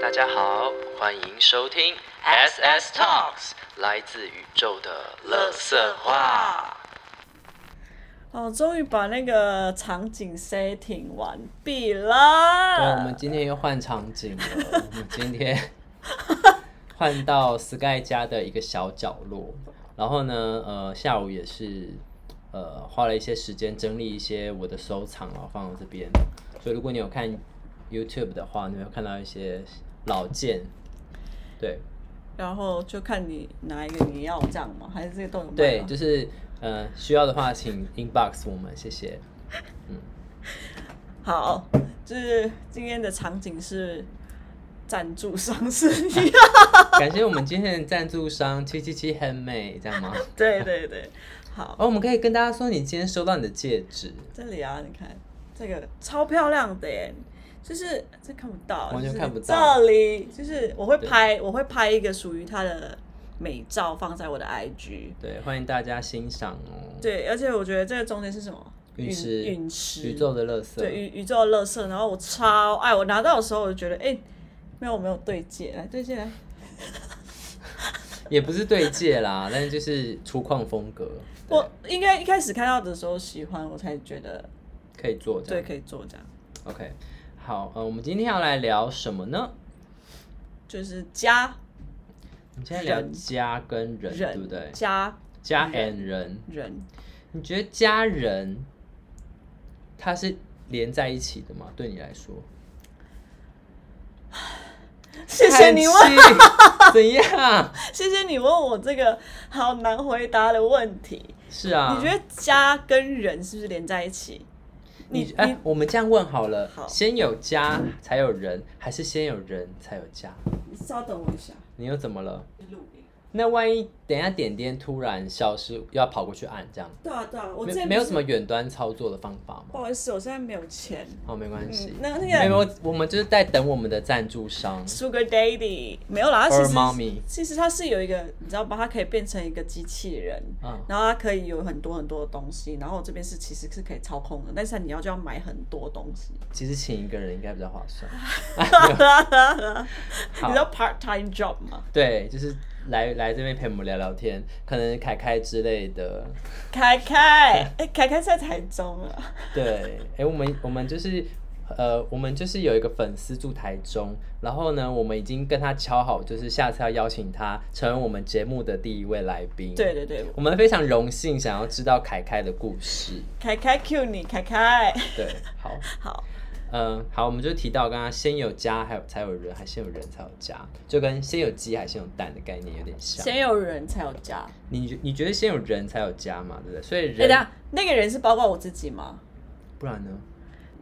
大家好，欢迎收听 SS Talks，来自宇宙的乐色话。哦，终于把那个场景 setting 完毕对，我们啦。今天又换场景了，我们今天换到 Sky 家的一个小角落。然后呢，呃，下午也是呃花了一些时间整理一些我的收藏，然后放到这边。所以如果你有看 YouTube 的话，你会看到一些老件。对，然后就看你哪一个你要这样吗？还是这个都有卖对，吗就是呃，需要的话请 inbox 我们，谢谢。好，就是今天的场景是赞助 商是你。 感谢我们今天的赞助商七七七很美，这样 吗？对对对，好，哦，我们可以跟大家说，你今天收到你的戒指，这里啊，你看这个超漂亮的耶。就是这看不到，完全就是看不到这里就是我会拍，我会拍一个属于它的美照放在我的 IG。对，欢迎大家欣赏哦。，对，而且我觉得这个中间是什么？陨陨石陨石，宇宙的乐色，对宇宇宙的乐色。然后我超爱，我拿到的时候我就觉得，哎、没有我没有对戒，来对戒来，也不是对戒啦， 但是就是粗犷风格，对我应该一开始看到的时候喜欢，我才觉得可以做这对样。可以做这样， OK，好，呃，我们今天要来聊什么呢？就是家我们今天聊人家跟人，人对不对？家家人 and 人，人你觉得家人，他是连在一起的吗？对你来说？谢谢你问， 问， 怎样？谢谢你问我这个好难回答的问题。是啊，你觉得家跟人是不是连在一起？你你哎、我们这样问好了，好先有家才有人，还是先有人才有家？你稍等我一下，你又怎么了？录音。那万一等一下点点突然消失，要跑过去按这样，对啊对啊，我之没前没有不是什么远端操作的方法不吗？好意思，我现在没有钱。哦，没关系嗯，，那那没个有，我我们就是在等我们的赞助商。 Sugar Daddy 没有啦，他 Or 其实 mommy 其实它是有一个，你知道吧？它可以变成一个机器人，嗯，然后它可以有很多很多的东西，然后这边是其实是可以操控的，但是你要就要买很多东西，其实请一个人应该比较划算。你知道 part time job 吗？对，就是来来这边陪我们聊聊天，可能凯凯之类的。凯凯，哎，凯凯在台中啊，对，哎、我们我们就是呃，我们就是有一个粉丝住台中，然后呢，我们已经跟他敲好，就是下次要邀请他成为我们节目的第一位来宾。，对对对，我们非常荣幸想要知道凯凯的故事。凯凯 Q 你，凯凯，对，好，好，嗯、好，我们就提到刚刚先有家，还有才有人，还先有人才有家，就跟先有鸡还先有蛋的概念有点像。先有人才有家，你觉你觉得先有人才有家嘛，对不对？所以哎，等一人，下那个人是包括我自己吗？不然呢？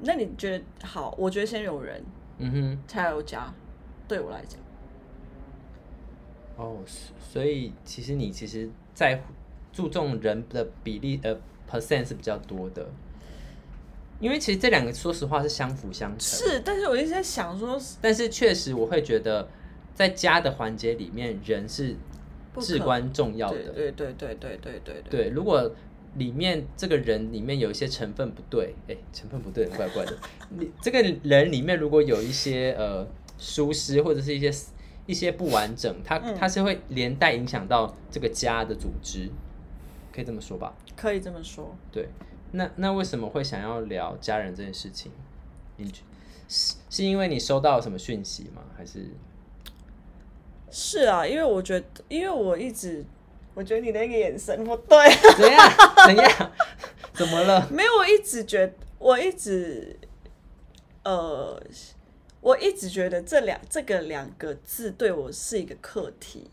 那你觉得好？我觉得先有人嗯哼。才有家，对我来讲。哦，所所以其实你其实在乎注重人的比例呃 percent 是比较多的，因为其实这两个说实话是相辅相成，是，但是我一直在想说，但是确实我会觉得在家的环节里面，人是不至可关重要对的。对对对对对对对，对，如果里面这个人里面有一些成分不对，哎、成分不对，怪怪的。你这个人里面如果有一些呃疏失或者是一些一些不完整，它它是会连带影响到这个家的组织，可以这么说吧？可以这么说。对。那那为什么会想要聊家人这件事情？你觉是是因为你收到了什么讯息吗？还是是啊，因为我觉得，因为我一直，我觉得你那个眼神不对， 怎样怎样？ 怎么了？没有，我一直觉得，我一直，呃，我一直觉得这两这个两个字对我是一个课题，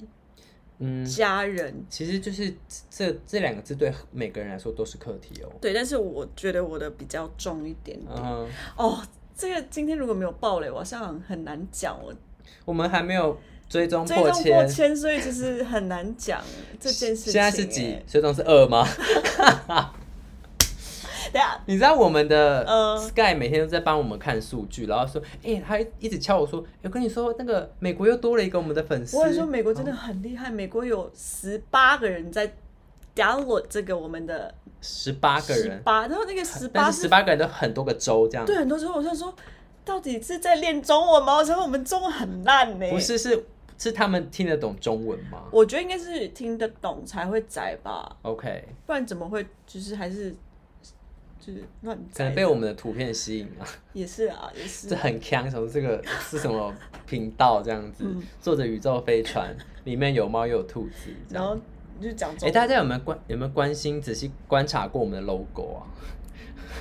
嗯，家人。其实就是这这两个字对每个人来说都是课题哦。对，但是我觉得我的比较重一点点。嗯，哦，这个今天如果没有爆雷，我好像很难讲。我我们还没有追踪追破踪破千，千，所以就是很难讲这件事情、现在是几？？追踪是二吗？ 哎等一下，你知道我们的嗯 Sky 每天都在帮我们看数据，然后说，哎、他一直敲我说，哎我跟你说，那个美国又多了一个我们的粉丝。哦我跟你说，美国真的很厉害，美国有十八个人在 download 这个我们的十八个十人，八，然后那个十八但是是十八个人都很多个州这样。对很多时候，我就想说到底是在练中文吗？我想我们中文很烂呢、不，是是是他们听得懂中文吗我觉得应该是听得懂才会宅吧， ？OK，不然怎么会就是还是就是乱可宅能的？被我们的图片吸引了，也是啊，也是这。很强，什么这个是什么频道这样子？嗯坐着宇宙飞船，里面有猫又有兔子，这然样。后就讲哎、中文，大家有没有关有没有关心仔细观察过我们的 logo 啊？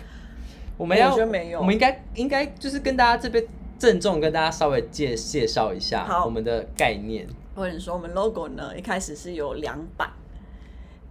我们要，我觉得没有我们应该应该就是跟大家这边郑重跟大家稍微介介绍一下好我们的概念。或者说我们 logo 呢，一开始是有两版。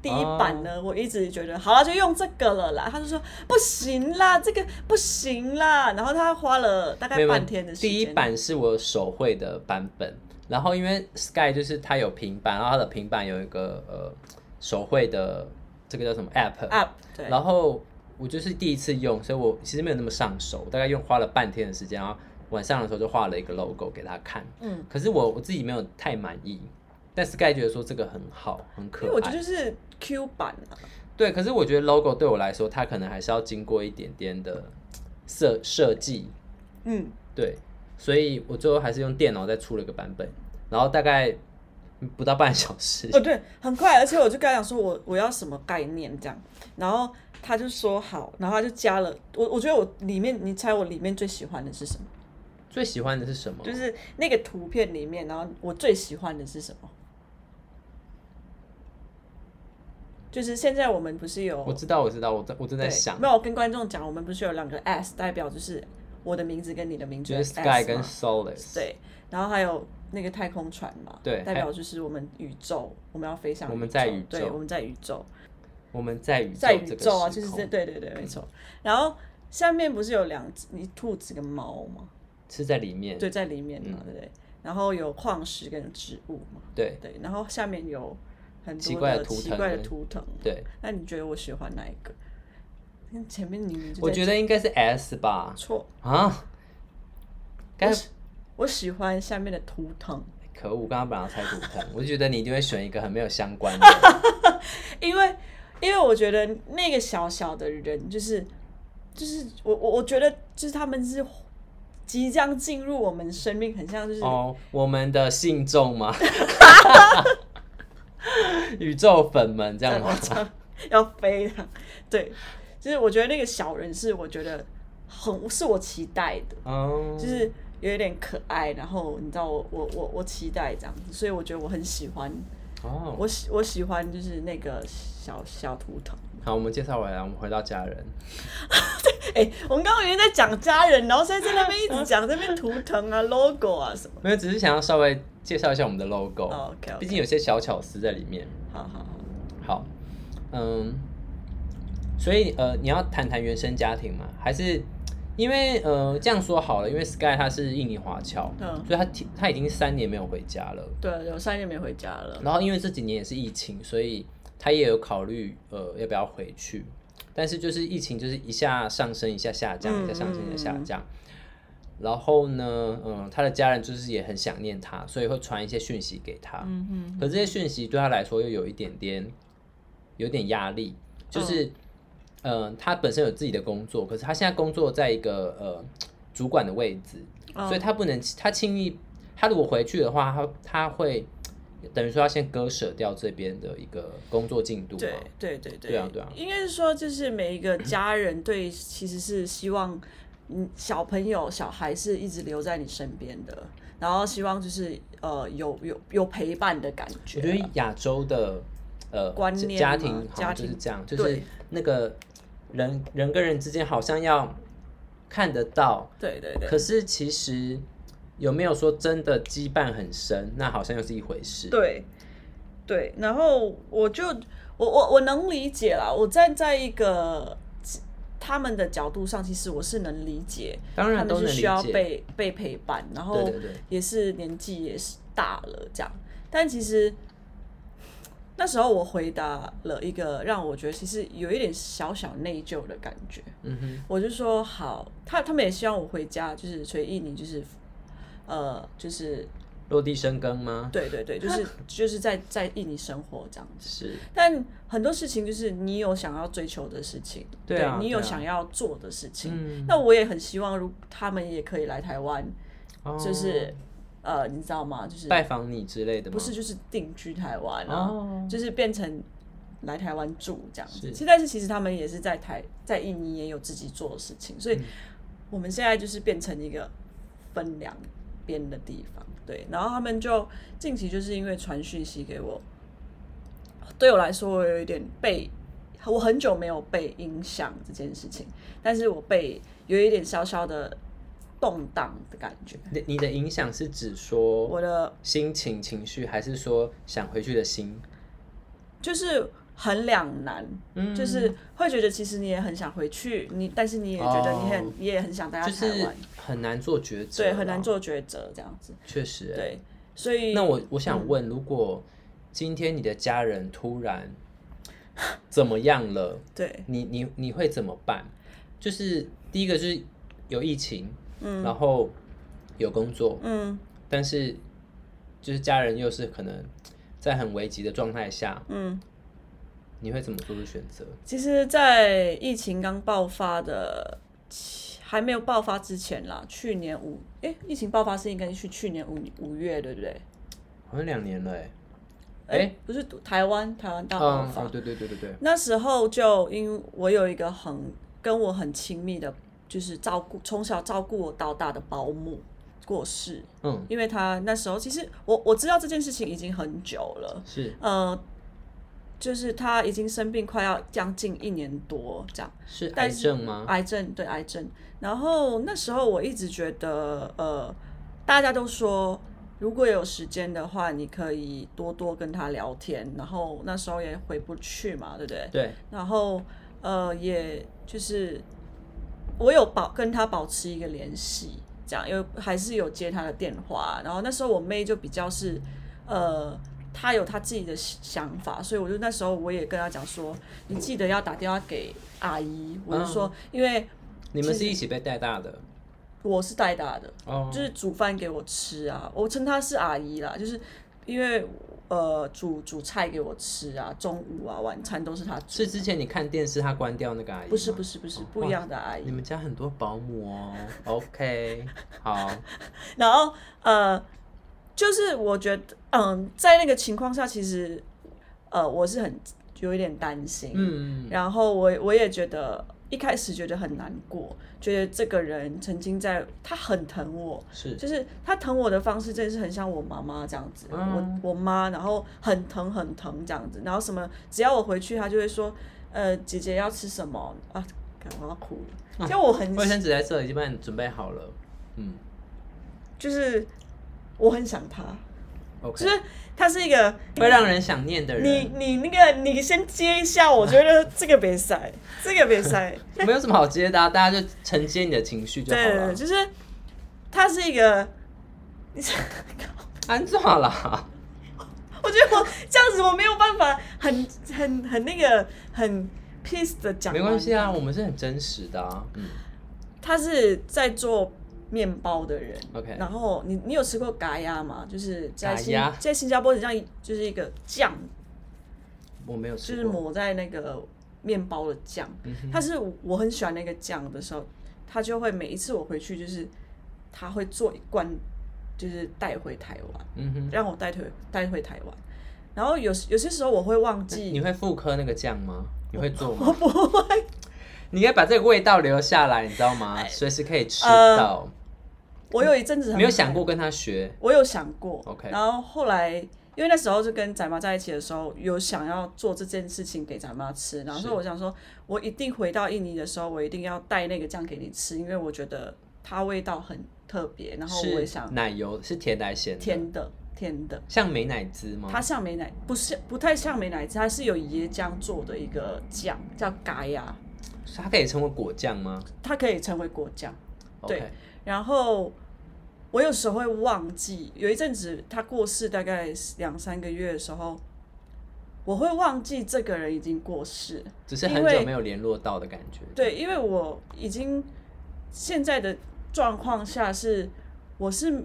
第一哦版呢我一直觉得好了，就用这个了啦。他就说不行啦，这个不行啦。然后他花了大没概有半天的时间。第一版是我手绘的版本，然后因为 Sky 就是它有平板，然后它的平板有一个呃手绘的这个叫什么 App， up 啊对，然后我就是第一次用，所以我其实没有那么上手，我大概用花了半天的时间，然后晚上的时候就画了一个 logo 给他看。嗯，可是我我自己没有太满意，但 Sky 觉得说这个很好，很因为可我觉爱。得就是 Q 版啊，对，可是我觉得 logo 对我来说，它可能还是要经过一点点的设设计，嗯，对，所以我最后还是用电脑再出了一个版本，然后大概不到半小时，哦对，很快，而且我就跟他讲说我我要什么概念这样，然后他就说好，然后他就加了我，我觉得我里面，你猜我里面最喜欢的是什么？ 最喜欢的是什么？就是那个图片里面，然后我最喜欢的是什么？就是现在我们不是有我知道，我知道，我在我正在对想，没有我跟观众讲，我们不是有两个 S 代表就是我的名字跟你的名字就是 S Sky 跟嘛 Solace，对，然后还有那个太空船嘛，对还代表就是我们宇宙，我们要飞向我们在宇宙对，我们在宇宙，我们在宇宙在这宇个宙啊，时就是空这，对对对，没错。然后下面不是有两只你兔子跟猫吗？是在里面，对，在里面嘛，嗯对不对？然后有矿石跟植物嘛，对对，然后下面有很奇多怪的的图奇腾怪的跟图腾。对，那你觉得我喜欢哪一个？因为前面你明明就我在觉得应该是 S 吧，错，啊，该我喜欢下面的图腾，可恶，刚刚本来要猜图腾，我就觉得你一定会选一个很没有相关 的，因为因为我觉得那个小小的人就是就是我我我觉得就是他们是即将进入我们生命，很像就是、哦，我们的信众 吗？宇宙粉们这样 吗？ 要飞的，对，就是我觉得那个小人是我觉得很是我期待的，嗯，就是有一点可爱，然后你知道我我我我期待这样子，所以我觉得我很喜欢，哦，我喜我喜欢就是那个小小图腾。好，我们介绍完了，我们回到家人。哎、我们刚刚已经在讲家人，然后现在在那边一直讲这边图腾啊、logo 啊什么。没有，只是想要稍微介绍一下我们的 logo，、哦，OK，OK 毕竟有些小巧思在里面。好好好，好，嗯，所以呃，你要谈谈原生家庭吗？还是因为呃这样说好了，因为 Sky 他是印尼华侨，嗯所以他提他已经三年没有回家了。对，啊有三年没回家了。然后因为这几年也是疫情，所以他也有考虑呃要不要回去，但是就是疫情就是一下上升一下下降，嗯一下上升一下下降。然后呢，嗯，他的家人就是也很想念他，所以会传一些讯息给他。嗯哼，可这些讯息对他来说又有一点点有点压力，就是，嗯、他本身有自己的工作，可是他现在工作在一个呃主管的位置，嗯所以他不能他轻易，他如果回去的话，他他会等于说要先割舍掉这边的一个工作进度嘛对，对对对，对啊对啊应该是说，就是每一个家人对，其实是希望，嗯，小朋友、小孩是一直留在你身边的，然后希望就是呃有有有陪伴的感我觉觉得啊。亚洲的呃观家念家嘛庭好家像就是庭这样，就对是那个人人跟人之间好像要看得到，对对对可是其实有没有说真的羁绊很深，那好像又是一回事。对对，然后我就我我我能理解啦，我站在一个他们的角度上，其实我是能理解，当然他都们是能需理要解被被陪伴，然后对对对也是年纪也是大了这样。但其实那时候我回答了一个让我觉得其实有一点小小内疚的感觉，嗯哼，我就说好，他他们也希望我回家，就是所以印尼就是呃就是落地生根吗？对对对，就是就是在在印尼生活这样子。是，但很多事情就是你有想要追求的事情，对啊你有对啊想要做的事情。嗯那我也很希望，如他们也可以来台湾，哦就是呃，你知道吗？就是拜访你之哦类的吗？不是就是定居台湾啊，哦就是变成来台湾住这样子。是现在是其实他们也是在台在印尼也有自己做的事情，嗯所以我们现在就是变成一个分两边的地方。对，然后他们就近期就是因为传讯息给我，对我来说我有一点被。我很久没有被影响这件事情，但是我被有一点小小的动荡的感觉。你你的影响是指说我的心情、情绪，还是说想回去的心？就是很两难，嗯就是会觉得其实你也很想回去，你但是你也觉得你很、哦你也很想待就在台是湾，很难做抉择，啊对，很难，做抉择这样子，确实、欸。对，所以嗯那我我想问，如果今天你的家人突然 怎么样了，对你你你会怎么办？就是第一个就是有疫情，嗯，然后有工作，嗯但是就是家人又是可能在很危急的状态下，嗯，你会怎么做出选择？其实，在疫情刚爆发的前还没有爆发之前啦，去年五哎、疫情爆发是应该是去年五五月对不对？好像两年了、欸，哎、诶不是台湾台湾大爆嗯，发，哦，对对对对对，那时候就因为我有一个很跟我很亲密的，就是照顾从小照顾我到大的保姆过世，嗯，因为他那时候其实我我知道这件事情已经很久了，是呃，就是他已经生病快要将近一年多这样，是癌但是症吗？癌症对癌症。然后那时候我一直觉得，呃，大家都说如果有时间的话，你可以多多跟他聊天。然后那时候也回不去嘛，对不对？对，然后呃，也就是我有保跟他保持一个联系，这样有还是有接他的电话。啊然后那时候我妹就比较是呃。她有她自己的想法，所以我就那时候我也跟她讲说，你记得要打电话给阿姨。我就说，嗯因为你们是一起被带大的，我是带大的，哦，就是煮饭给我吃啊，我称她是阿姨啦，就是因为呃煮煮菜给我吃啊，中午啊晚餐都是她煮。是之前你看电视他关掉那个阿姨吗？不是不是不是哦不一样的阿你姨。们家很多保姆哦。OK，好， 然后呃，就是我觉得，嗯，在那个情况下，其实呃，我是很有一点担心，嗯，然后我我也觉得一开始觉得很难过，觉得这个人曾经在他很疼我，是就是他疼我的方式真的是很像我妈妈这样子，嗯我我妈，然后很疼很疼这样子，然后什么只要我回去，她就会说，呃，姐姐要吃什么啊？干我要哭啊了，就我很卫生纸在这已经帮你准备好了。嗯就是我很想他， ，OK，就是他是一个会让人想念的你人，你那个你先接一下，我觉得这个 别塞，这个别塞，没有什么好接的、啊，大家就承接你的情绪就好对，了。就是他是一个， 安怎啦？我觉得我这样子我没有办法很很很那个很 peace 的讲，没关系，啊，我们是很真实的啊。嗯，他是在做。面包的人 OK 然后你你有吃过嘎呀吗？就是在新咖呀在新加坡，很像一就是一个酱我没有就是吃过。嗯抹在那个面包的酱。它是我很喜欢那个酱的时候，它就会每一次我回去就是，他会做一罐，就是带回台湾，嗯哼，让我带回带回台湾。然后有有些时候我会忘记，你会复刻那个酱吗？你会做吗？我不会， 哎你应该把这个味道留下来，你知道吗？随时可以吃呃到。我有一阵子很没有想过跟他学。我有想过 OK 然后后来因为那时候就跟仔妈在一起的时候，有想要做这件事情给仔妈吃，然后所以我想说，我一定回到印尼的时候，我一定要带那个酱给你吃，因为我觉得它味道很特别，然后我也是想奶油是甜的还是咸的？甜的甜的，像美乃滋吗？它像美奶，不是不太像美奶滋，它是有椰浆做的一个酱，叫嘎呀，所以它可以称为果酱吗？它可以成为果酱。对 OK，然后我有时候会忘记，有一阵子他过世大概两三个月的时候，我会忘记这个人已经过世。只是很因久为没有联络到的感觉。对，因为我已经现在的状况下是，我是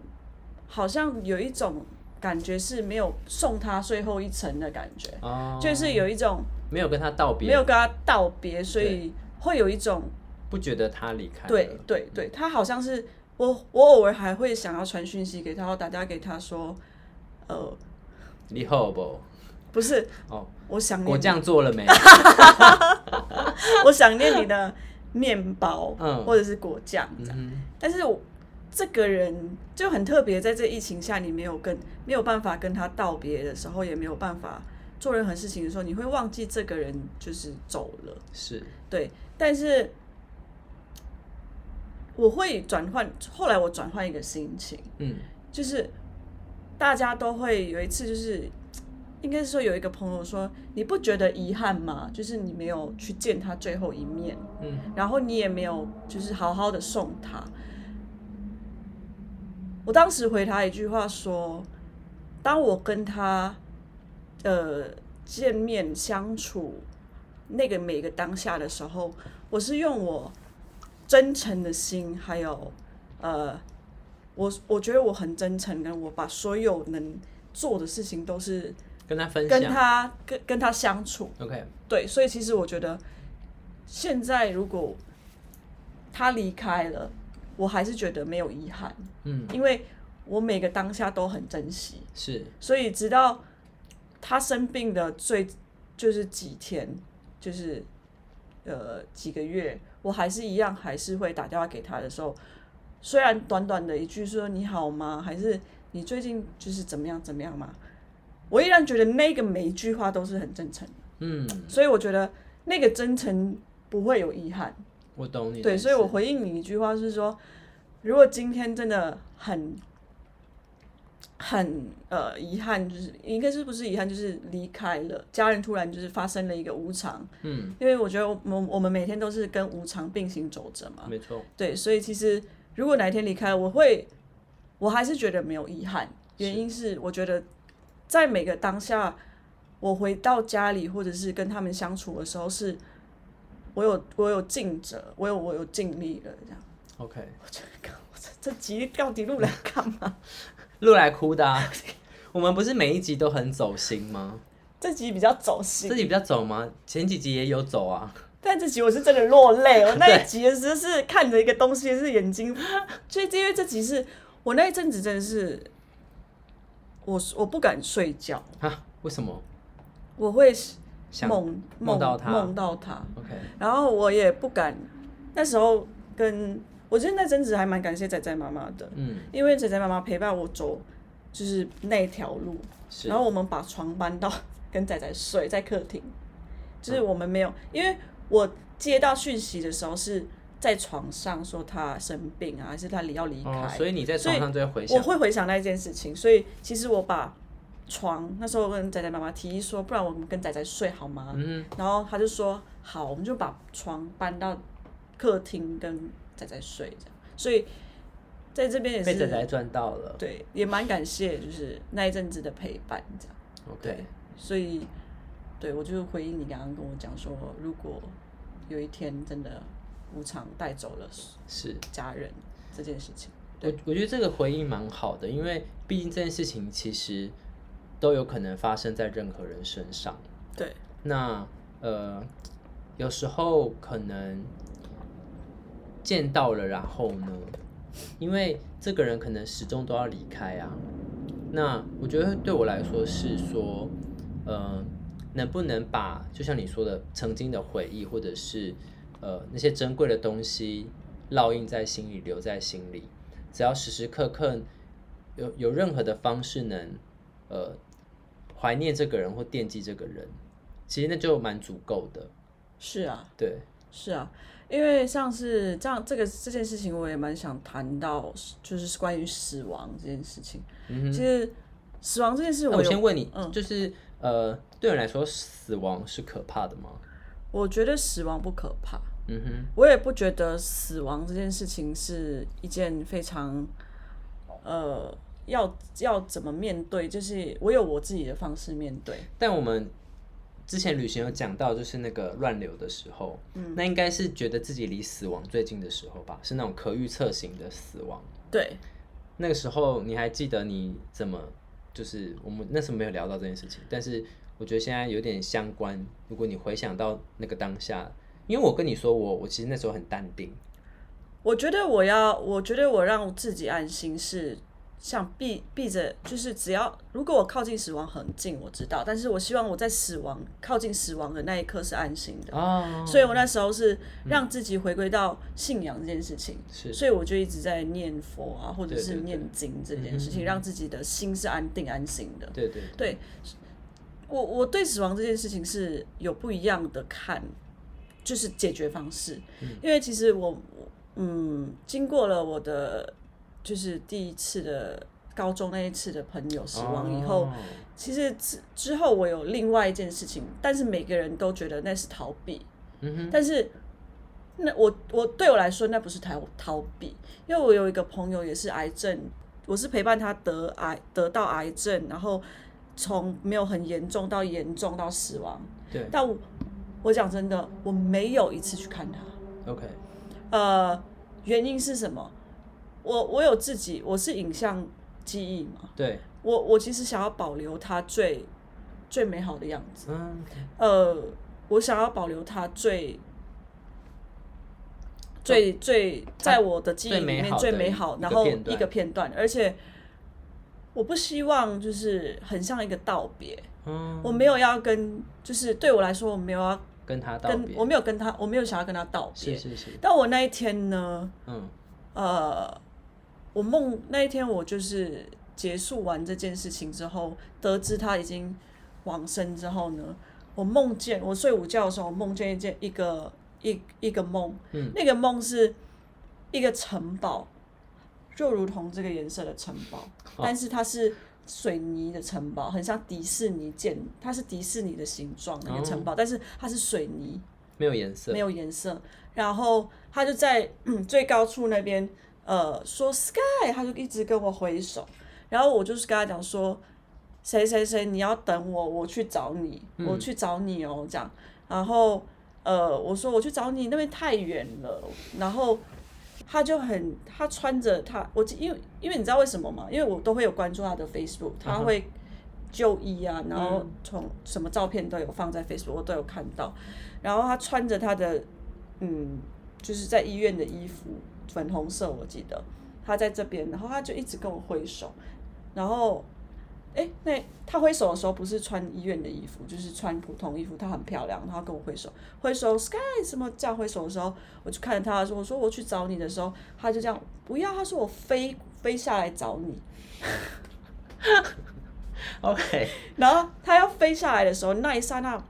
好像有一种感觉是没有送他最后一程的感觉，哦，就是有一种没有跟他道别，没有跟他道别，所以会有一种不觉得他离开了，对对对，他好像是我我偶尔还会想要传讯息给他，或打电话给他说，呃，你好不？不是哦，我想果念酱做了没？我想念你的面包， 嗯或者是果酱这样。嗯但是我这个人就很特别，在这疫情下，你没有跟没有办法跟他道别的时候，也没有办法做任何事情的时候，你会忘记这个人就是走了。哼，是，对，但是我会转换，后来我转换一个心情，嗯就是大家都会有一次，就是应该是说有一个朋友说，你不觉得遗憾吗？就是你没有去见他最后一面。嗯，然后你也没有就是好好的送他。我当时回他一句话说：“当我跟他呃见面相处那个每个当下的时候，我是用我真诚的心，还有呃，我我觉得我很真诚，跟我把所有能做的事情都是跟他分跟享他跟跟他相处。” ，OK，对，所以其实我觉得，现在如果他离开了，我还是觉得没有遗憾，嗯，因为我每个当下都很珍惜。是，所以直到他生病的最就是几天，就是呃几个月，我还是一样还是会打电话给他的时候，虽然短短的一句说你好吗，还是你最近就是怎么样怎么样嘛，我依然觉得那个每一句话都是很真诚的。嗯，所以我觉得那个真诚不会有遗憾。我懂你的对，意所以思我回应你一句话是说，如果今天真的很很呃遗憾，就是应该是不是遗憾，就是离开了家人，突然就是发生了一个无常。嗯，因为我觉得我们我们每天都是跟无常并行走着嘛。没错，对，所以其实如果哪一天离开，我会，我还是觉得没有遗憾。原因是我觉得在每个当下，我回到家里或者是跟他们相处的时候是，我有我有尽责，我有我有尽力了这样。 ，OK，我觉得干我这这集到底录来干嘛？路来哭的、啊， 我们不是每一集都很走心吗？这集比较走这心，集比较走吗？前几集也有走啊，但这集我是真的落泪。我那一集的时候是看着一个东西，是眼睛，所以因为这集是我那一阵子真的是，我我不敢睡觉。哈，为什么我会想梦梦到他梦到他， ？OK，然后我也不敢。那时候跟我觉得那阵子还蛮感谢仔仔妈妈的，嗯，因为仔仔妈妈陪伴我走就是那条路，是然后我们把床搬到跟仔仔睡在客厅，嗯就是我们没有，因为我接到讯息的时候是在床上说他生病啊，还是他离要离开，哦，所以你在床上就会回我想，会回想那一件事情，所以其实我把床那时候我跟仔仔妈妈提议说，不然我们跟仔仔睡好吗？嗯然后他就说好，我们就把床搬到客厅跟仔仔睡这样。所以在这边也哼，被是仔仔赚到了对，也蛮感谢就是那一阵子的陪伴这样。 ，OK，对，所以对我就回应你刚刚跟我讲说，如果有一天真的无常带走了是。家人这件事情，我我觉得这个回应蛮好的，因为毕竟这件事情其实都有可能发生在任何人身上。对那呃，有时候可能见到了，然后呢，因为这个人可能始终都要离开啊。那我觉得对我来说是说，呃，能不能把就像你说的曾经的回忆，或者是呃那些珍贵的东西烙印在心里，留在心里，只要时时刻刻有有任何的方式能呃怀念这个人或惦记这个人，其实那就蛮足够的。是啊。对，是啊，因为像是这样，这个这件事情我也蛮想谈到，就是关于死亡这件事情。嗯其实死亡这件事那我我有先问你，嗯就是呃，对你来说死亡是可怕的吗？我觉得死亡不可怕，嗯哼，我也不觉得死亡这件事情是一件非常，呃，要要怎么面对，就是我有我自己的方式面对。但我们之前旅行有讲到，就是那个乱流的时候，嗯那应该是觉得自己离死亡最近的时候吧，是那种可预测型的死亡。对，那个时候你还记得你怎么就是我们那时候没有聊到这件事情，但是我觉得现在有点相关。如果你回想到那个当下，因为我跟你说我我其实那时候很淡定，我觉得我要，我觉得我让自己安心是像避避着，就是只要如果我靠近死亡很近，我知道，但是我希望我在死亡靠近死亡的那一刻是安心的，哦，所以我那时候是让自己回归到信仰这件事情，嗯是所以我就一直在念佛啊，或者对嗯是对对念经这件事情，让自己的心是安定安心的。对对对我我对死亡这件事情是有不一样的看，就是解决方式。因为其实我我嗯，经过了我的就是第一次的高中那一次的朋友死亡以后，哦其实之之后我有另外一件事情，但是每个人都觉得那是逃避，嗯哼，但是。那我我对我来说那不是逃逃避，因为我有一个朋友也是癌症，我是陪伴他得癌得到癌症，然后从没有很严重到严重到死亡。对但我我讲真的，我没有一次去看他。 ，OK，呃，原因是什么？我我有自己，我是影像记忆嘛，对，我我其实想要保留他最最美好的样子。嗯，呃，我想要保留它呃最最最在我的记忆最里美面好最的美一好，一然个后片一个段片段，而且我不希望就是很像一个道别，嗯，我没有要跟，就是对我来说，我没有要跟他道跟，别我，没有跟他，我没有想要跟他道是别。是是，但我那一天呢，嗯，呃，我梦那一天我就是结束完这件事情之后，得知他已经往生之后呢，我梦见我睡午觉的时候，我梦见一件一个一一个梦，嗯那个梦是一个城堡，就如同这个颜色的城堡，但是它是。水泥的城堡很像迪士尼建，它是迪士尼的形状那个城堡，但是它是水泥，没有颜色没，有颜色。然后他就在嗯最高处那边，呃，说 Sky，他就一直跟我挥手。然后我就是跟他讲说，谁谁谁，你要等我，我去找你，我去找你哦，这样。然后呃，我说我去找你那边太远了。然后他就很，他穿着他，我记因为因为你知道为什么吗？因为我都会有关注他的 Facebook，他会。就医啊，然后从什么照片都有放在 Facebook，我都有看到。然后他穿着他的，嗯，就是在医院的衣服，粉红色，我记得他在这边，然后他就一直跟我挥手，然后，哎，那他挥手的时候不是穿医院的衣服，就是穿普通衣服，她很漂亮，然后跟我挥手，挥手 Sky 什么这样挥手的时候，我就看着他说，我说我去找你的时候，他就这样不要，他说我飞飞下来找你， ，OK，然后他要飞下来的时候，那一刹那，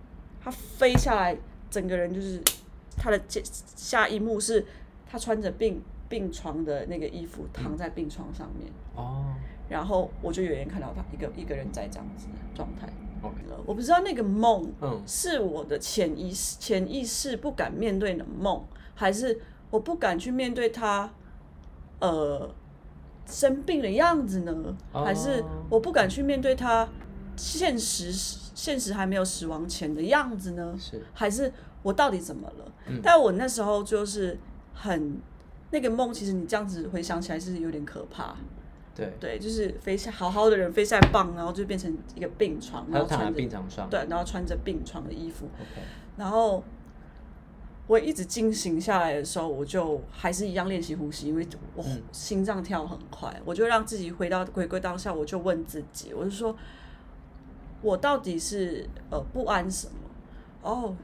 他飞下来，整个人就是他的接下一幕是他穿着病病床的那个衣服躺在病床上面，哦然后我就远远看到他一个一个人在这样子的状态。 ，OK，我不知道那个梦嗯，是我的潜意识潜意识不敢面对的梦，还是我不敢去面对他，呃，生病的样子呢？哦还是我不敢去面对他现实现实还没有死亡前的样子呢？是，嗯还是我到底怎么了？但我那时候就是很那个梦，其实你这样子回想起来是有点可怕。对，对，就是飞下好好的人飞下来棒，然后就变成一个病床，他然就后躺在穿着病床上对，然后穿着病床的衣服， ，OK，然后我一直惊醒下来的时候，我就还是一样练习呼吸，因为我嗯心脏跳很快，我就让自己回到回归当下，我就问自己，我就说，我到底是呃不安什么？哦，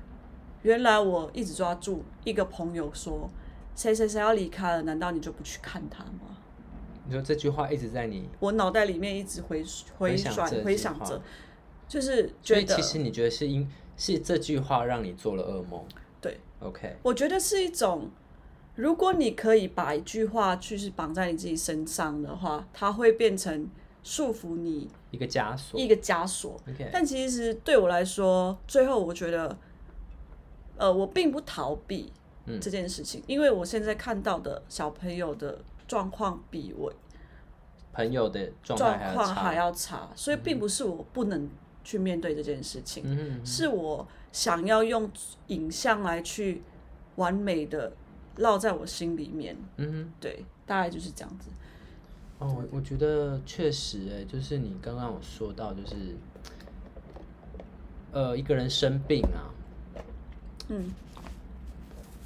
原来我一直抓住一个朋友说，谁谁谁要离开了，难道你就不去看他吗？你说这句话一直在你，我脑袋里面一直回回回想转这回句想话着，就是所觉以得其实你觉得是因是这句话让你做了噩梦对， ，OK，我觉得是一种，如果你可以把一句话就是绑在你自己身上的话，它会变成束缚你一个枷锁一个枷锁。 ，OK，但其实对我来说，最后我觉得，呃，我并不逃避嗯这件事情，因为我现在看到的小朋友的状况比我朋友的状态状还要况还差，要差，所以并不是我不能去面对这件事情。嗯哼，是我想要用影像来去完美的烙在我心里面。嗯哼，对，大概就是这样子。哦，我我觉得确实、欸，哎，就是你刚刚有说到，就是，呃，一个人生病啊，嗯，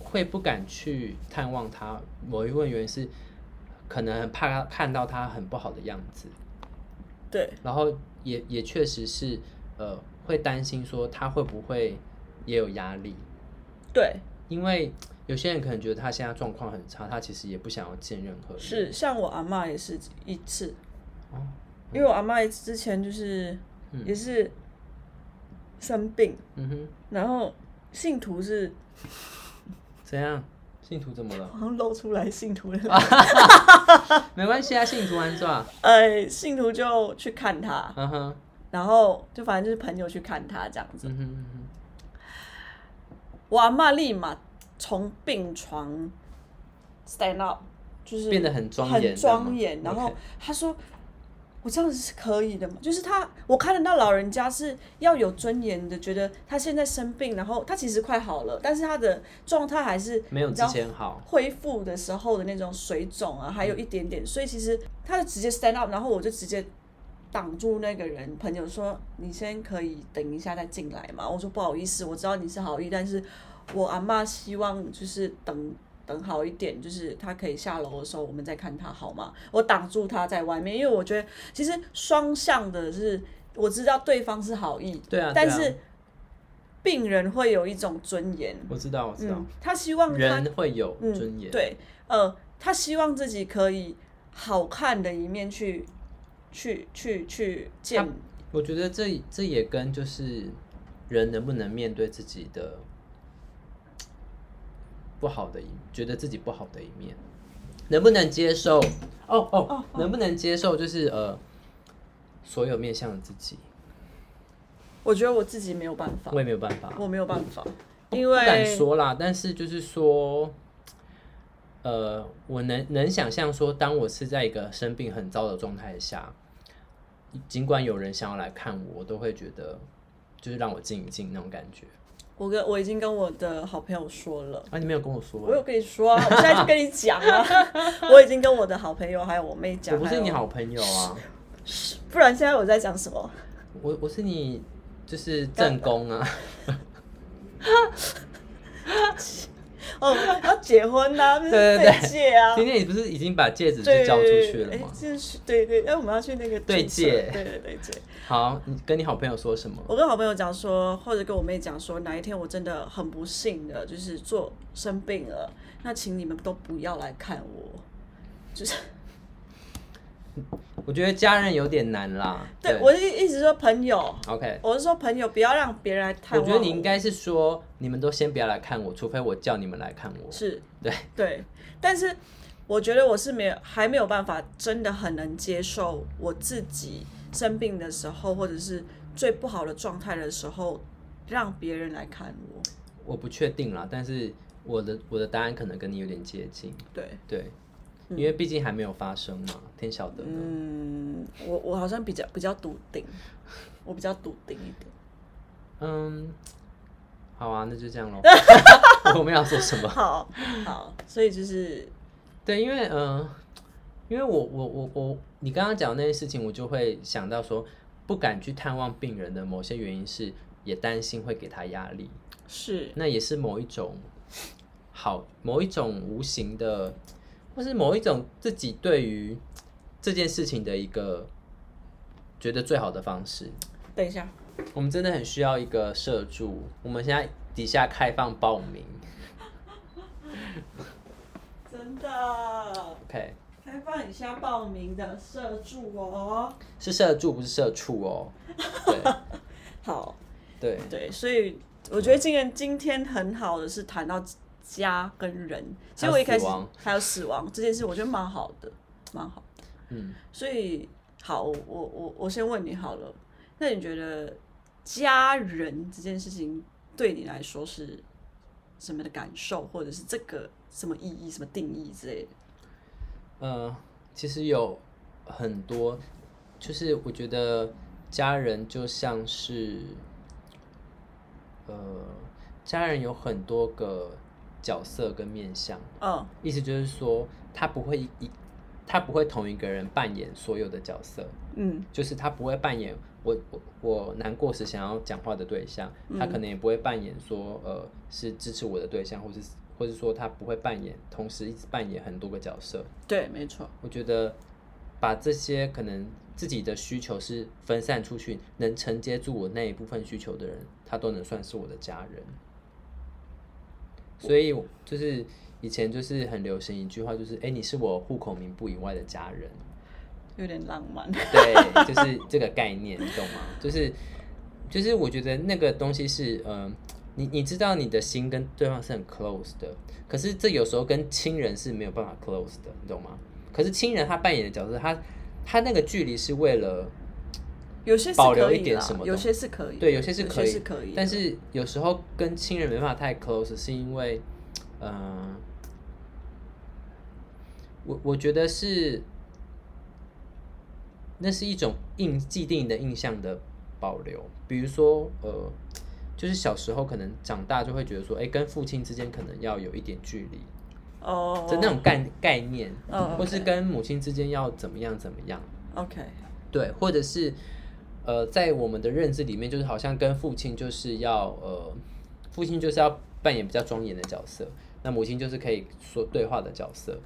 会不敢去探望他，某一部分原因是可能很怕他看到他很不好的样子，对，然后也也确实是，呃，会担心说他会不会也有压力，对，因为有些人可能觉得他现在状况很差，他其实也不想要见任何人。是像我阿嬷也是一次，哦，因为我阿嬷之前就是、也是生病，嗯哼，然后信徒是怎样？信徒怎么了？好像露出来信徒的， 没关系啊，信徒安抓，呃，信徒就去看他，嗯哼，然后就反正就是朋友去看他这样子，嗯哼嗯哼。我阿嬷立马从病床 stand up，就是变得很庄严很庄严。这然样吗后 OK 她说：“我这样子是可以的吗？”就是她，我看得到老人家是要有尊严的，觉得他现在生病，然后他其实快好了，但是他的状态还是没有你知之道前好，恢复的时候的那种水肿嗯啊，还有一点点，所以其实他就直接 stand up，然后我就直接挡住那个人。朋友说：“你先可以等一下再进来嘛。”我说：“不好意思，我知道你是好意，但是我阿嬷希望就是等等好一点，就是她可以下楼的时候我们再看她好吗？”我挡住她在外面，因为我觉得其实双向的是我知道对方是好意，对啊，嗯但对啊是病人会有一种尊严，我知道，我知道嗯，，他希望他人会有尊严，对，呃，他希望自己可以好看的一面去去去去见，我觉得这这也跟就是人能不能面对自己的不好的一，觉得自己不好的一面，能不能接受？哦哦哦，能不能接受？就是呃，所有面向的自己，我觉得我自己没有办法我，也没有办法，我没有办法，因哦不敢为说啦，但是就是说，呃，我能能想象说，当我是在一个生病很糟的状态下，尽管有人想要来看我，我都会觉得就是让我静一静那种感觉。我跟我已经跟我的好朋友说了。啊，你没有跟我说、我有跟你说啊，我现在就跟你讲啊， 我已经跟我的好朋友还有我妹讲，我不还是有你，好朋友啊，不然现在我在讲什么？我我是你就是正宫啊，哦，要结婚呐、啊，不是对对对对戒啊，今天你不是已经把戒指就对交出去了哎吗？就是对对，哎，我们要去那个对注册戒对对对戒。好，你跟你好朋友说什么？我跟好朋友讲说，或者跟我妹讲说，哪一天我真的很不幸的，就是做生病了，那请你们都不要来看我。就是我觉得家人有点难啦。对我一一直说朋友， ，OK。我是说朋友，不要让别人来探我望觉得你应该是说，你们都先不要来看我，除非我叫你们来看我。是对对，但是我觉得我是没有还没有办法，真的很能接受我自己生病的时候，或者是最不好的状态的时候，让别人来看我。我不确定啦，但是我的我的答案可能跟你有点接近，对，对，因为毕竟还没有发生嘛，天晓得呢。嗯，我我好像比较比较笃定，我比较笃定一点。嗯，好啊，那就这样喽。我们要说什么？好，好，所以就是对，因为嗯、呃因为我我我我，你刚刚讲的那些事情，我就会想到说，不敢去探望病人的某些原因是，也担心会给他压力。是那也是某一种好，某一种无形的，或是某一种自己对于这件事情的一个觉得最好的方式。等一下，我们真的很需要一个社助，我们现在底下开放报名真的，OK？开放一下报名的社助哦。是社助不是社畜哦。好，对对，所以我觉得今天今天很好的是谈到家跟人，其实我一开还始有死亡还有死亡这件事，我觉得蛮好的，蛮好。嗯，所以好，我我我我先问你好了，那你觉得家人这件事情对你来说是什么的感受，或者是这个什么意义、什么定义之类的？呃，其实有很多，就是我觉得家人就像是，呃，家人有很多个角色跟面相，嗯，意思就是说，他不会一，他不会同一个人扮演所有的角色，嗯就是他不会扮演我我我难过时想要讲话的对象，嗯他可能也不会扮演说呃是支持我的对象，或是或是说他不会扮演同时一直扮演很多个角色。对，没错，我觉得把这些可能自己的需求是分散出去，能承接住我那一部分需求的人，他都能算是我的家人。所以我就是以前就是很流行一句话，就是哎、诶你是我户口名簿以外的家人。有点浪漫。对，就是这个概念，你懂吗？就是就是，我觉得那个东西是，嗯、你你知道你的心跟对方是很 close 的，可是这有时候跟亲人是没有办法 close 的，你懂吗？可是亲人他扮演的角色，他他那个距离是为了，有些是保留可以一点啦什么有东些是可以的，对，有些是可以，是可以的，但是有时候跟亲人没办法太 close，是因为，嗯、我我觉得是，那是一种印既定的印象的保留。比如说，呃，就是小时候可能长大就会觉得说，哎、跟父亲之间可能要有一点距离，哦，就那种概概念，哦或是 OK 跟母亲之间要怎么样怎么样。 OK，对，或者是呃，在我们的认知里面，就是好像跟父亲就是要呃，父亲就是要扮演比较庄严的角色，那母亲就是可以说对话的角色，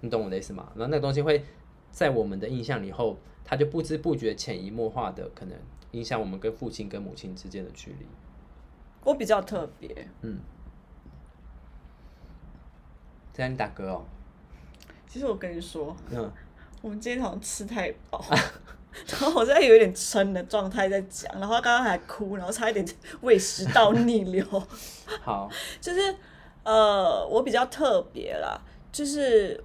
你懂我的意思吗？然后那个东西会在我们的印象里后，它就不知不觉潜移默化的可能影响我们跟父亲跟母亲之间的距离。我比较特别，这样你打嗝哦，其实我跟你说，嗯，我们今天好像吃太饱， 然后我现在有一点撑的状态在讲，然后刚刚还哭，然后差一点胃食道逆流， 好，就是呃，我比较特别啦，就是